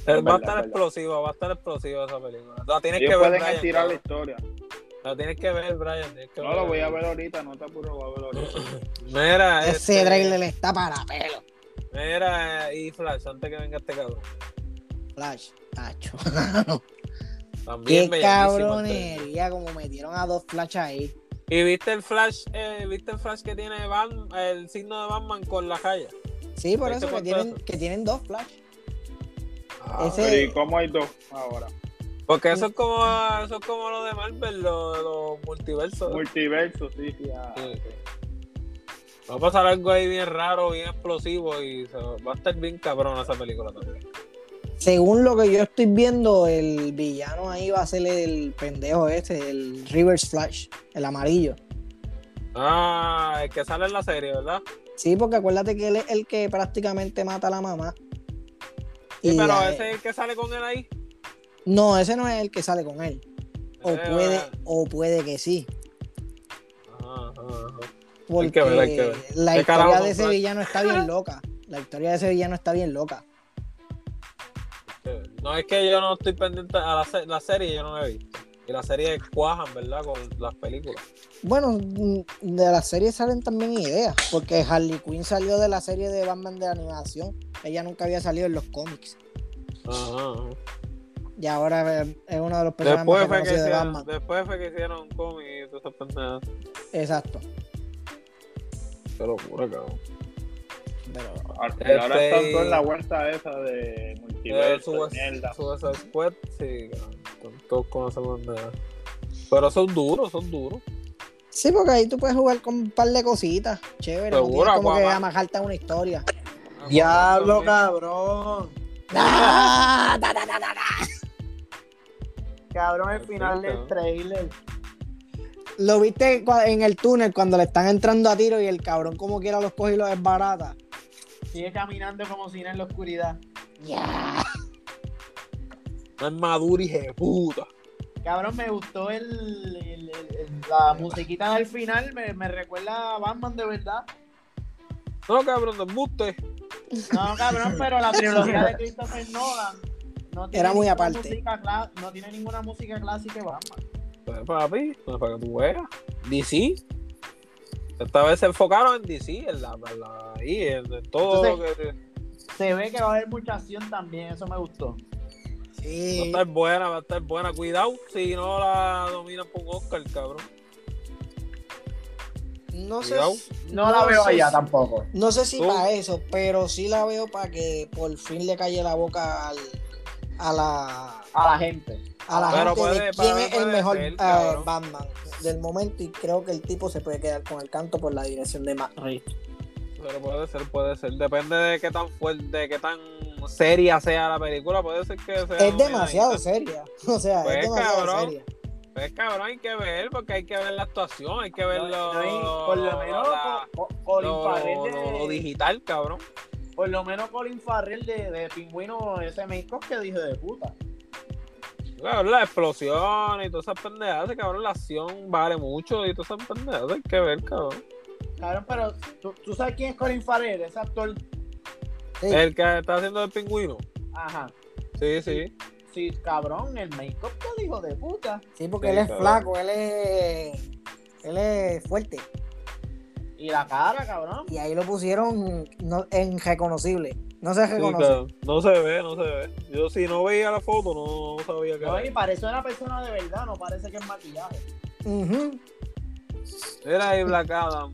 Speaker 1: va
Speaker 2: verdad,
Speaker 1: a estar
Speaker 2: es verdad.
Speaker 1: explosiva, va a estar explosiva esa película. La tienes
Speaker 2: Ellos
Speaker 1: que ver,
Speaker 2: pueden
Speaker 1: Brian.
Speaker 2: estirar la
Speaker 1: cabrón.
Speaker 2: historia.
Speaker 1: La tienes que ver, Brian. tienes que
Speaker 2: No lo voy a ver ahorita, no te apures, voy a ver ahorita.
Speaker 1: Mira,
Speaker 4: Ese
Speaker 1: este,
Speaker 4: trailer está para pelo.
Speaker 1: Mira, eh, y Flash, antes que venga este cabrón.
Speaker 4: Flash, tacho.
Speaker 1: También bellísimo este. el
Speaker 4: Qué
Speaker 1: trailer.
Speaker 4: cabronería, como metieron a dos Flash ahí.
Speaker 1: Y viste el Flash, eh, viste el Flash que tiene Batman- el signo de Batman con la raya.
Speaker 4: Sí, por
Speaker 1: ¿Viste
Speaker 4: eso que
Speaker 1: cuánto
Speaker 4: tienen,
Speaker 1: eso?
Speaker 4: que tienen dos Flash. Ese-
Speaker 2: Pero ¿y cómo hay dos ahora?
Speaker 1: Porque eso es como, eso es como lo de Marvel, los los multiversos.
Speaker 2: Multiverso, sí, sí. ah,
Speaker 1: Sí.
Speaker 2: sí.
Speaker 1: Va a pasar algo ahí bien raro, bien explosivo y se va va a estar bien cabrón esa película también.
Speaker 4: Según lo que yo estoy viendo, el villano ahí va a ser el pendejo ese, el Rivers Flash, el amarillo.
Speaker 1: Ah, el que sale en la serie, ¿verdad?
Speaker 4: Sí, porque acuérdate que él es el que prácticamente mata a la mamá.
Speaker 1: Sí,
Speaker 4: Y,
Speaker 1: pero
Speaker 4: eh,
Speaker 1: ese es el que sale con él ahí.
Speaker 4: No, ese no es el que sale con él. O
Speaker 1: Ese
Speaker 4: puede,
Speaker 1: va-
Speaker 4: o puede que sí.
Speaker 1: Ajá, ajá, ajá. Hay
Speaker 4: Porque
Speaker 1: que ver, hay que ver.
Speaker 4: la
Speaker 1: ¿Qué
Speaker 4: historia
Speaker 1: carajo
Speaker 4: de
Speaker 1: son
Speaker 4: ese
Speaker 1: Flash?
Speaker 4: villano está bien loca. La historia de ese villano está bien loca.
Speaker 1: Que- No es que yo no estoy pendiente a la, se- la serie, yo no la he visto. Y la serie cuajan, ¿verdad? Con las películas.
Speaker 4: Bueno, mm, de la serie salen también ideas, porque Harley Quinn salió de la serie de Batman de animación. Ella nunca había salido en los cómics.
Speaker 1: Ajá. ajá.
Speaker 4: Y ahora eh, es uno de los personajes
Speaker 1: Después
Speaker 4: más
Speaker 1: fue, que
Speaker 4: reconocidos de
Speaker 1: hicieron,
Speaker 4: Batman.
Speaker 1: después fue que hicieron un cómic y todas esas pendejadas.
Speaker 4: Exacto.
Speaker 1: Qué locura, cabrón.
Speaker 4: Pero
Speaker 2: Ahora,
Speaker 1: Este-
Speaker 2: ahora están todos en la vuelta esa de
Speaker 1: Eh,
Speaker 2: multiverso,
Speaker 1: Sube
Speaker 2: mierda.
Speaker 1: sube ese squad, sí, cabrón. todos conocemos nada. Pero son duros, son duros.
Speaker 4: Sí, porque ahí tú puedes jugar con un par de cositas. Chévere. no
Speaker 1: Seguro,
Speaker 4: tienes como que
Speaker 1: Aquaman.
Speaker 4: amajarte a una historia.
Speaker 3: Diablo,
Speaker 1: cabrón.
Speaker 3: cabrón.
Speaker 4: ¡Ah! ¡Da, da, da, da, da!
Speaker 3: Cabrón, el final del
Speaker 1: Perfecto.
Speaker 3: trailer.
Speaker 4: Lo viste cua- en el túnel cuando le están entrando a tiro y el cabrón como quiera los coge y los es barata.
Speaker 3: Sigue caminando como si no en la oscuridad.
Speaker 1: No es maduro, hijo de puta.
Speaker 3: Cabrón, me gustó el, el- el- el- la musiquita del final. Me, me recuerda a Batman de verdad.
Speaker 1: No, cabrón, desbuste.
Speaker 3: No, cabrón, pero la trilogía de Christopher Nolan. No tiene
Speaker 4: Era muy
Speaker 3: ninguna
Speaker 4: aparte.
Speaker 3: música cla- no tiene ninguna música clásica de Batman.
Speaker 1: Pues, papi, pues, para que tú veas. DC. Esta vez se enfocaron en DC, en la, en la- ahí, en, en todo
Speaker 3: Entonces,
Speaker 1: lo que.
Speaker 3: Se ve que va a haber mucha acción también. Eso me gustó.
Speaker 1: Va a
Speaker 4: Sí.
Speaker 1: estar buena, va a estar buena. Cuidado si no la dominan por Oscar, cabrón.
Speaker 4: No sé,
Speaker 1: Cuidado.
Speaker 3: No la veo
Speaker 4: sé
Speaker 3: allá
Speaker 4: si-
Speaker 3: tampoco.
Speaker 4: No sé si
Speaker 1: Tú.
Speaker 4: para eso, pero sí la veo para que por fin le calle la boca al, a la,
Speaker 3: A la gente.
Speaker 4: a la
Speaker 1: Pero
Speaker 4: gente de
Speaker 1: puede-
Speaker 4: quién
Speaker 1: puede-
Speaker 4: es el
Speaker 1: puede
Speaker 4: mejor
Speaker 1: ser,
Speaker 4: eh,
Speaker 1: cabrón.
Speaker 4: Batman del momento y creo que el tipo se puede quedar con el canto por la dirección de Matt Reeves.
Speaker 1: Pero puede ser, puede ser. Depende de qué tan fuerte, de qué tan seria sea la película. Puede ser que sea.
Speaker 4: Es
Speaker 1: una
Speaker 4: demasiado
Speaker 1: vainita.
Speaker 4: seria, o sea,
Speaker 1: Pues,
Speaker 4: es demasiado
Speaker 1: cabrón.
Speaker 4: seria.
Speaker 1: Pues cabrón, hay que ver, porque hay que ver la actuación, hay que ver
Speaker 3: No,
Speaker 1: lo,
Speaker 3: no hay- por lo menos
Speaker 1: la-
Speaker 3: Co- Colin
Speaker 1: lo-
Speaker 3: Farrell de,
Speaker 1: lo- lo digital, cabrón.
Speaker 3: por lo menos Colin Farrell de, de pingüino ese make que dije de puta
Speaker 1: Cabrón, las explosiones y todas esas pendejadas, cabrón, la acción vale mucho y todas esas pendejadas, hay que ver, cabrón.
Speaker 3: cabrón pero ¿tú, tú sabes quién es Colin Farrell ese actor
Speaker 4: Sí.
Speaker 1: El que está haciendo el pingüino.
Speaker 3: ajá
Speaker 1: Sí, sí.
Speaker 3: sí cabrón el make up que dijo de puta
Speaker 4: Sí, porque
Speaker 1: Sí,
Speaker 4: él es
Speaker 1: cabrón.
Speaker 4: flaco, él es, él es fuerte.
Speaker 3: y la cara cabrón
Speaker 4: Y ahí lo pusieron no, en reconocible. No se
Speaker 1: Sí,
Speaker 4: reconoce.
Speaker 1: cabrón. No se ve, no se ve. Yo si no veía la foto, no, no sabía que
Speaker 3: No,
Speaker 1: era.
Speaker 3: y parece una persona de verdad no parece que es maquillaje
Speaker 4: Ujú.
Speaker 1: Era ahí Black Adam.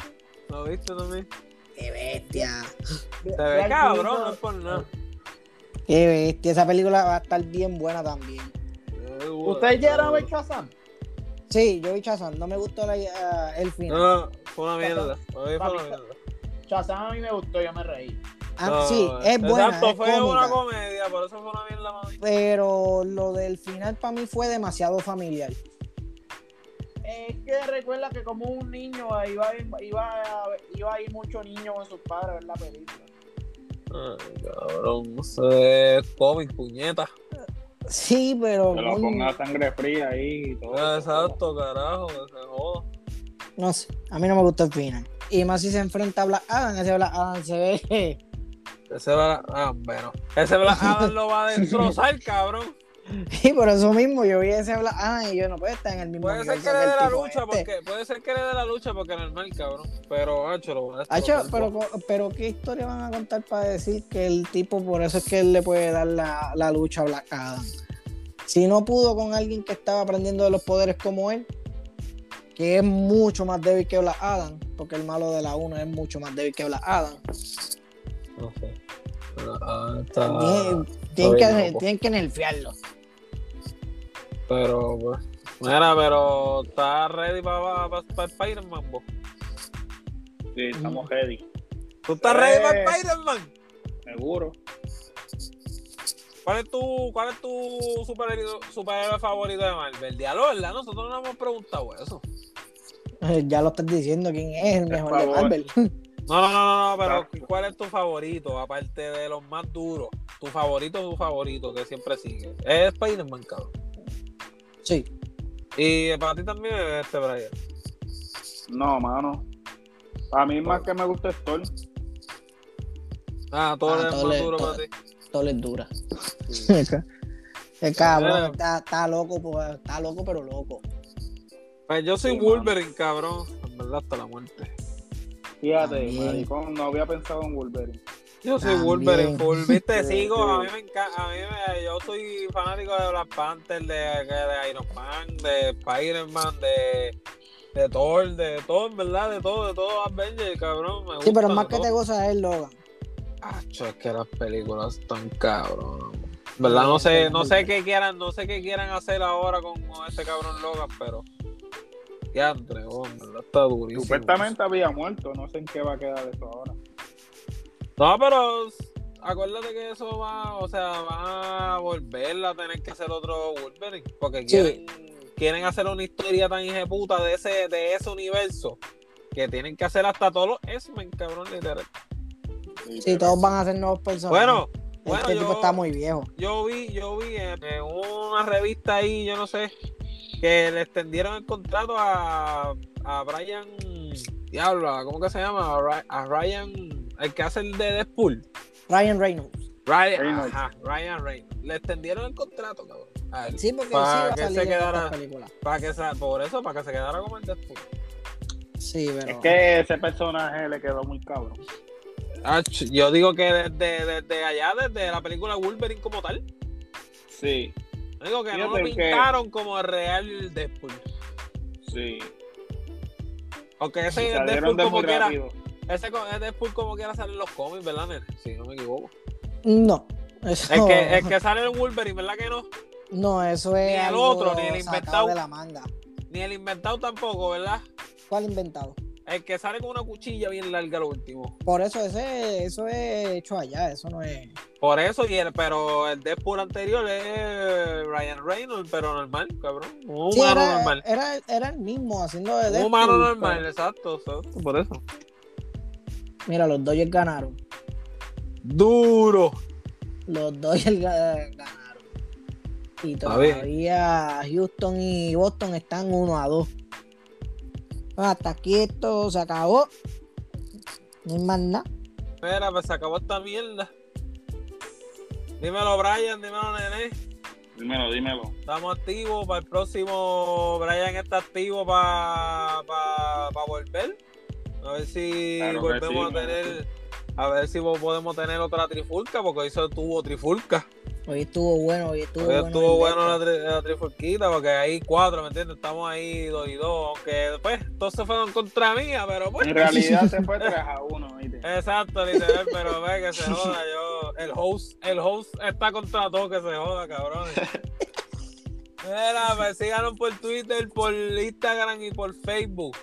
Speaker 1: ¿Lo viste también?
Speaker 4: Qué bestia.
Speaker 1: Se ve cabrón, no es por nada.
Speaker 4: Qué bestia. Esa película va a estar bien buena también.
Speaker 3: ¿Usted ya era ver Shazam?
Speaker 4: Sí, yo vi Chazán. No me gustó la- ah, el final.
Speaker 1: No, fue una mierda. Para mí fue
Speaker 3: Papi,
Speaker 1: una mierda.
Speaker 3: Shazam a mí me gustó, yo me reí.
Speaker 4: Ah,
Speaker 1: No,
Speaker 4: sí, es buena.
Speaker 1: Exacto,
Speaker 4: es
Speaker 1: fue
Speaker 4: cómica,
Speaker 1: una comedia, por eso fue una mierda, mami.
Speaker 4: pero lo del final para mí fue demasiado familiar.
Speaker 3: Es que recuerda que como un niño eh, iba a, ir- iba a, iba a ir mucho niño con sus padres a ver la película.
Speaker 1: Ay, cabrón, no sé, cómic, puñeta.
Speaker 4: Sí, pero
Speaker 2: Que lo
Speaker 4: coño,
Speaker 2: ponga a sangre fría ahí y todo. eso.
Speaker 1: Ah, Exacto, carajo, que se joda.
Speaker 4: no sé. A mí no me gustó el final. Y más si se enfrenta a Black Adam, ese Black Adam se ve.
Speaker 1: Ese Black ah, bueno. Ese Black Adam lo va a destrozar, cabrón.
Speaker 4: Y por eso mismo yo vi ese Black Adam y yo no puedo estar en el mismo
Speaker 1: Puede ser que
Speaker 4: universo
Speaker 1: le
Speaker 4: el
Speaker 1: dé la
Speaker 4: tipo
Speaker 1: lucha,
Speaker 4: este.
Speaker 1: porque, puede ser que le dé la lucha porque normal, cabrón. Pero, hacho, lo va a
Speaker 4: Hacho,
Speaker 1: destrozar.
Speaker 4: Ah, pero, co- pero ¿qué historia van a contar para decir que el tipo, por eso es que él le puede dar la, la lucha a Black Adam? Si no pudo con alguien que estaba aprendiendo de los poderes como él, que es mucho más débil que Black Adam, porque el malo de la 1 es mucho más débil que Black Adam.
Speaker 1: No sé. Black Adam está-
Speaker 4: Tienen- tienen, que,
Speaker 1: loco.
Speaker 4: tienen que nerfearlo.
Speaker 1: Pero, pues. Mira, pero está ready para Spider-Man, vos.
Speaker 2: Sí, estamos ready.
Speaker 1: ¿Tú estás ready
Speaker 3: Eh.
Speaker 1: para Spider-Man?
Speaker 2: Seguro.
Speaker 1: ¿Cuál es tu, cuál es tu superhéroe, superhéroe favorito de Marvel? Diablo, ¿verdad? Nosotros no hemos preguntado eso.
Speaker 4: Ya lo estás diciendo quién es el mejor de
Speaker 2: favor.
Speaker 4: Marvel.
Speaker 1: No, no, no, no, no, pero
Speaker 2: Exacto.
Speaker 1: ¿cuál es tu favorito? Aparte de los más duros. Tu favorito, tu favorito, que siempre sigue. Es Spider-Man, cabrón.
Speaker 4: Sí.
Speaker 1: Y eh, para ti también es este, Brian.
Speaker 2: No, mano. A mí más que me gusta es Thor.
Speaker 1: Ah, todo
Speaker 4: Ah,
Speaker 1: es
Speaker 4: todo
Speaker 1: más
Speaker 4: le-
Speaker 1: duro
Speaker 4: todo-
Speaker 1: para ti.
Speaker 4: Todo es dura. El cabrón
Speaker 1: Mira.
Speaker 4: está, está loco, pues, está loco, pero loco.
Speaker 1: Pues yo soy
Speaker 2: Sí,
Speaker 1: Wolverine, cabrón. En verdad, hasta la muerte.
Speaker 2: Fíjate,
Speaker 4: También.
Speaker 2: maricón, no había pensado en Wolverine.
Speaker 1: Yo soy
Speaker 4: También.
Speaker 1: Wolverine, full. Viste,
Speaker 2: Sí,
Speaker 1: sigo.
Speaker 2: sí.
Speaker 1: A mí me encanta. A mí me, yo soy fanático de Black Panther, de, de Iron Man, de Spider-Man, de, de Thor, de todo, en verdad, de todo, de todo Avengers, cabrón. Me
Speaker 4: Sí, pero
Speaker 1: gustan
Speaker 4: más que
Speaker 1: todos.
Speaker 4: te goza es Logan.
Speaker 1: Acho, es que las películas están cabrón. ¿Verdad? No sé, no sé qué quieran, no sé qué quieran hacer ahora con, con ese cabrón Logan, pero. Ya, André, ¿verdad? Está durísimo.
Speaker 2: Supuestamente había muerto, no sé en qué va a quedar eso ahora.
Speaker 1: No, pero acuérdate que eso va, o sea, va a volver a tener que hacer otro Wolverine. Porque quieren, quieren hacer una historia tan puta de ese, de ese universo. Que tienen que hacer hasta todos los X-Men, cabrón, literal.
Speaker 4: Sí, todos van a ser nuevos personajes.
Speaker 1: Bueno,
Speaker 4: este
Speaker 1: bueno,
Speaker 4: tipo
Speaker 1: yo-
Speaker 4: está muy viejo.
Speaker 1: yo vi, yo vi en, en una revista ahí, yo no sé, que le extendieron el contrato a, a Brian, diablo, ¿a ¿cómo que se llama? A Ry- A Ryan, el que hace el de Deadpool.
Speaker 4: Ryan Reynolds.
Speaker 1: Ryan,
Speaker 2: Reynolds.
Speaker 1: ajá, Ryan Reynolds. Le extendieron el contrato, cabrón. a él,
Speaker 4: Sí, porque él sí
Speaker 1: Para
Speaker 4: va a
Speaker 1: que
Speaker 4: salir
Speaker 1: se
Speaker 4: en
Speaker 1: quedara-
Speaker 4: estas películas.
Speaker 1: para que sa- por eso, para que se quedara como el este. Deadpool.
Speaker 4: Sí, pero.
Speaker 2: Es que ese personaje le quedó muy cabrón.
Speaker 1: Ah, ch- yo digo que desde, desde allá, desde la película Wolverine como tal,
Speaker 2: Sí,
Speaker 1: digo que no lo
Speaker 2: Fíjate que-
Speaker 1: pintaron como el real Deadpool.
Speaker 2: sí.
Speaker 1: Aunque ese
Speaker 2: Y
Speaker 1: Deadpool
Speaker 2: salieron de
Speaker 1: como
Speaker 2: muy
Speaker 1: que era,
Speaker 2: rápido.
Speaker 1: Ese co- ese Deadpool como quiera sale en los cómics, ¿verdad, nene? Si no me equivoco.
Speaker 4: No. Eso...
Speaker 1: Es
Speaker 4: Oh.
Speaker 1: que, es que sale el Wolverine, ¿verdad que no?
Speaker 4: No, eso es.
Speaker 1: Ni el
Speaker 4: algo
Speaker 1: otro, ni el
Speaker 4: sacado
Speaker 1: inventado.
Speaker 4: de la manga.
Speaker 1: Ni el inventado tampoco, ¿verdad?
Speaker 4: ¿Cuál inventado?
Speaker 1: El que sale con una cuchilla bien larga lo último.
Speaker 4: Por eso, ese, eso es hecho allá, eso no es.
Speaker 1: Por eso, y el, pero el Deadpool anterior es Ryan Reynolds, pero normal, cabrón. Un humano
Speaker 4: Sí, era,
Speaker 1: normal.
Speaker 4: Era, era el mismo haciendo de
Speaker 1: Un
Speaker 4: Deadpool,
Speaker 1: humano
Speaker 4: pero-
Speaker 1: normal, exacto, exacto, por eso.
Speaker 4: Mira, los Dodgers ganaron.
Speaker 1: Duro.
Speaker 4: Los Dodgers ga- ganaron. Y
Speaker 1: A ver.
Speaker 4: todavía Houston y Boston están 1 a 2. Hasta aquí esto se acabó. No hay más nada.
Speaker 1: Espera, pues se acabó esta mierda. Dímelo, Brian, dímelo, nene.
Speaker 2: Dímelo, dímelo.
Speaker 1: Estamos activos para el próximo. Brian está activo para pa, pa volver. A ver si
Speaker 2: Claro que
Speaker 1: volvemos
Speaker 2: sí,
Speaker 1: a
Speaker 2: claro que
Speaker 1: tener. A ver si podemos tener otra trifulca, porque hoy se tuvo trifulca.
Speaker 4: Hoy estuvo bueno, hoy estuvo
Speaker 1: Hoy
Speaker 4: bueno.
Speaker 1: estuvo
Speaker 4: el
Speaker 1: bueno la,
Speaker 4: Deadpool.
Speaker 1: tri- la trifulquita, porque hay cuatro, ¿me entiendes? Estamos ahí dos y dos. Aunque después, todos se fueron contra mía, pero
Speaker 2: En
Speaker 1: bueno.
Speaker 2: realidad se fue 3 a 1, ¿viste?
Speaker 1: Exacto, literal, pero ve que se joda yo. El host, el host está contra todo que se joda, cabrón. Mira, me síganos por Twitter, por Instagram y por Facebook.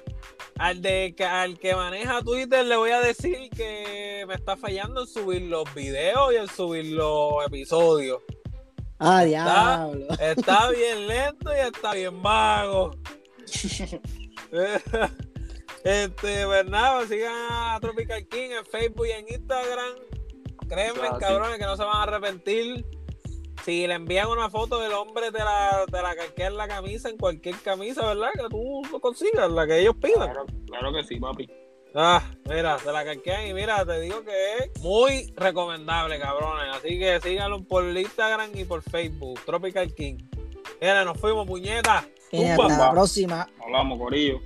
Speaker 1: Al, de, al que maneja Twitter le voy a decir que me está fallando en subir los videos y en subir los episodios.
Speaker 4: Ah, diablo.
Speaker 1: Está bien lento y está bien vago. este, Bernardo, sigan a Tropical King en Facebook y en Instagram. Créanme,
Speaker 3: Claro, sí.
Speaker 1: cabrones, que no se van a arrepentir. Si le envían una foto del hombre de la, de la que es la camisa, en cualquier camisa, ¿verdad? Que tú lo consigas, la que ellos pidan.
Speaker 2: Claro, claro que sí, papi.
Speaker 1: Ah, mira, te la calquean y mira, te digo que es muy recomendable, cabrones. Así que síganlo por Instagram y por Facebook, Tropical King. Mira, nos fuimos, puñetas.
Speaker 4: Y hasta
Speaker 1: Tumba.
Speaker 4: la próxima.
Speaker 2: Hablamos, Corillo.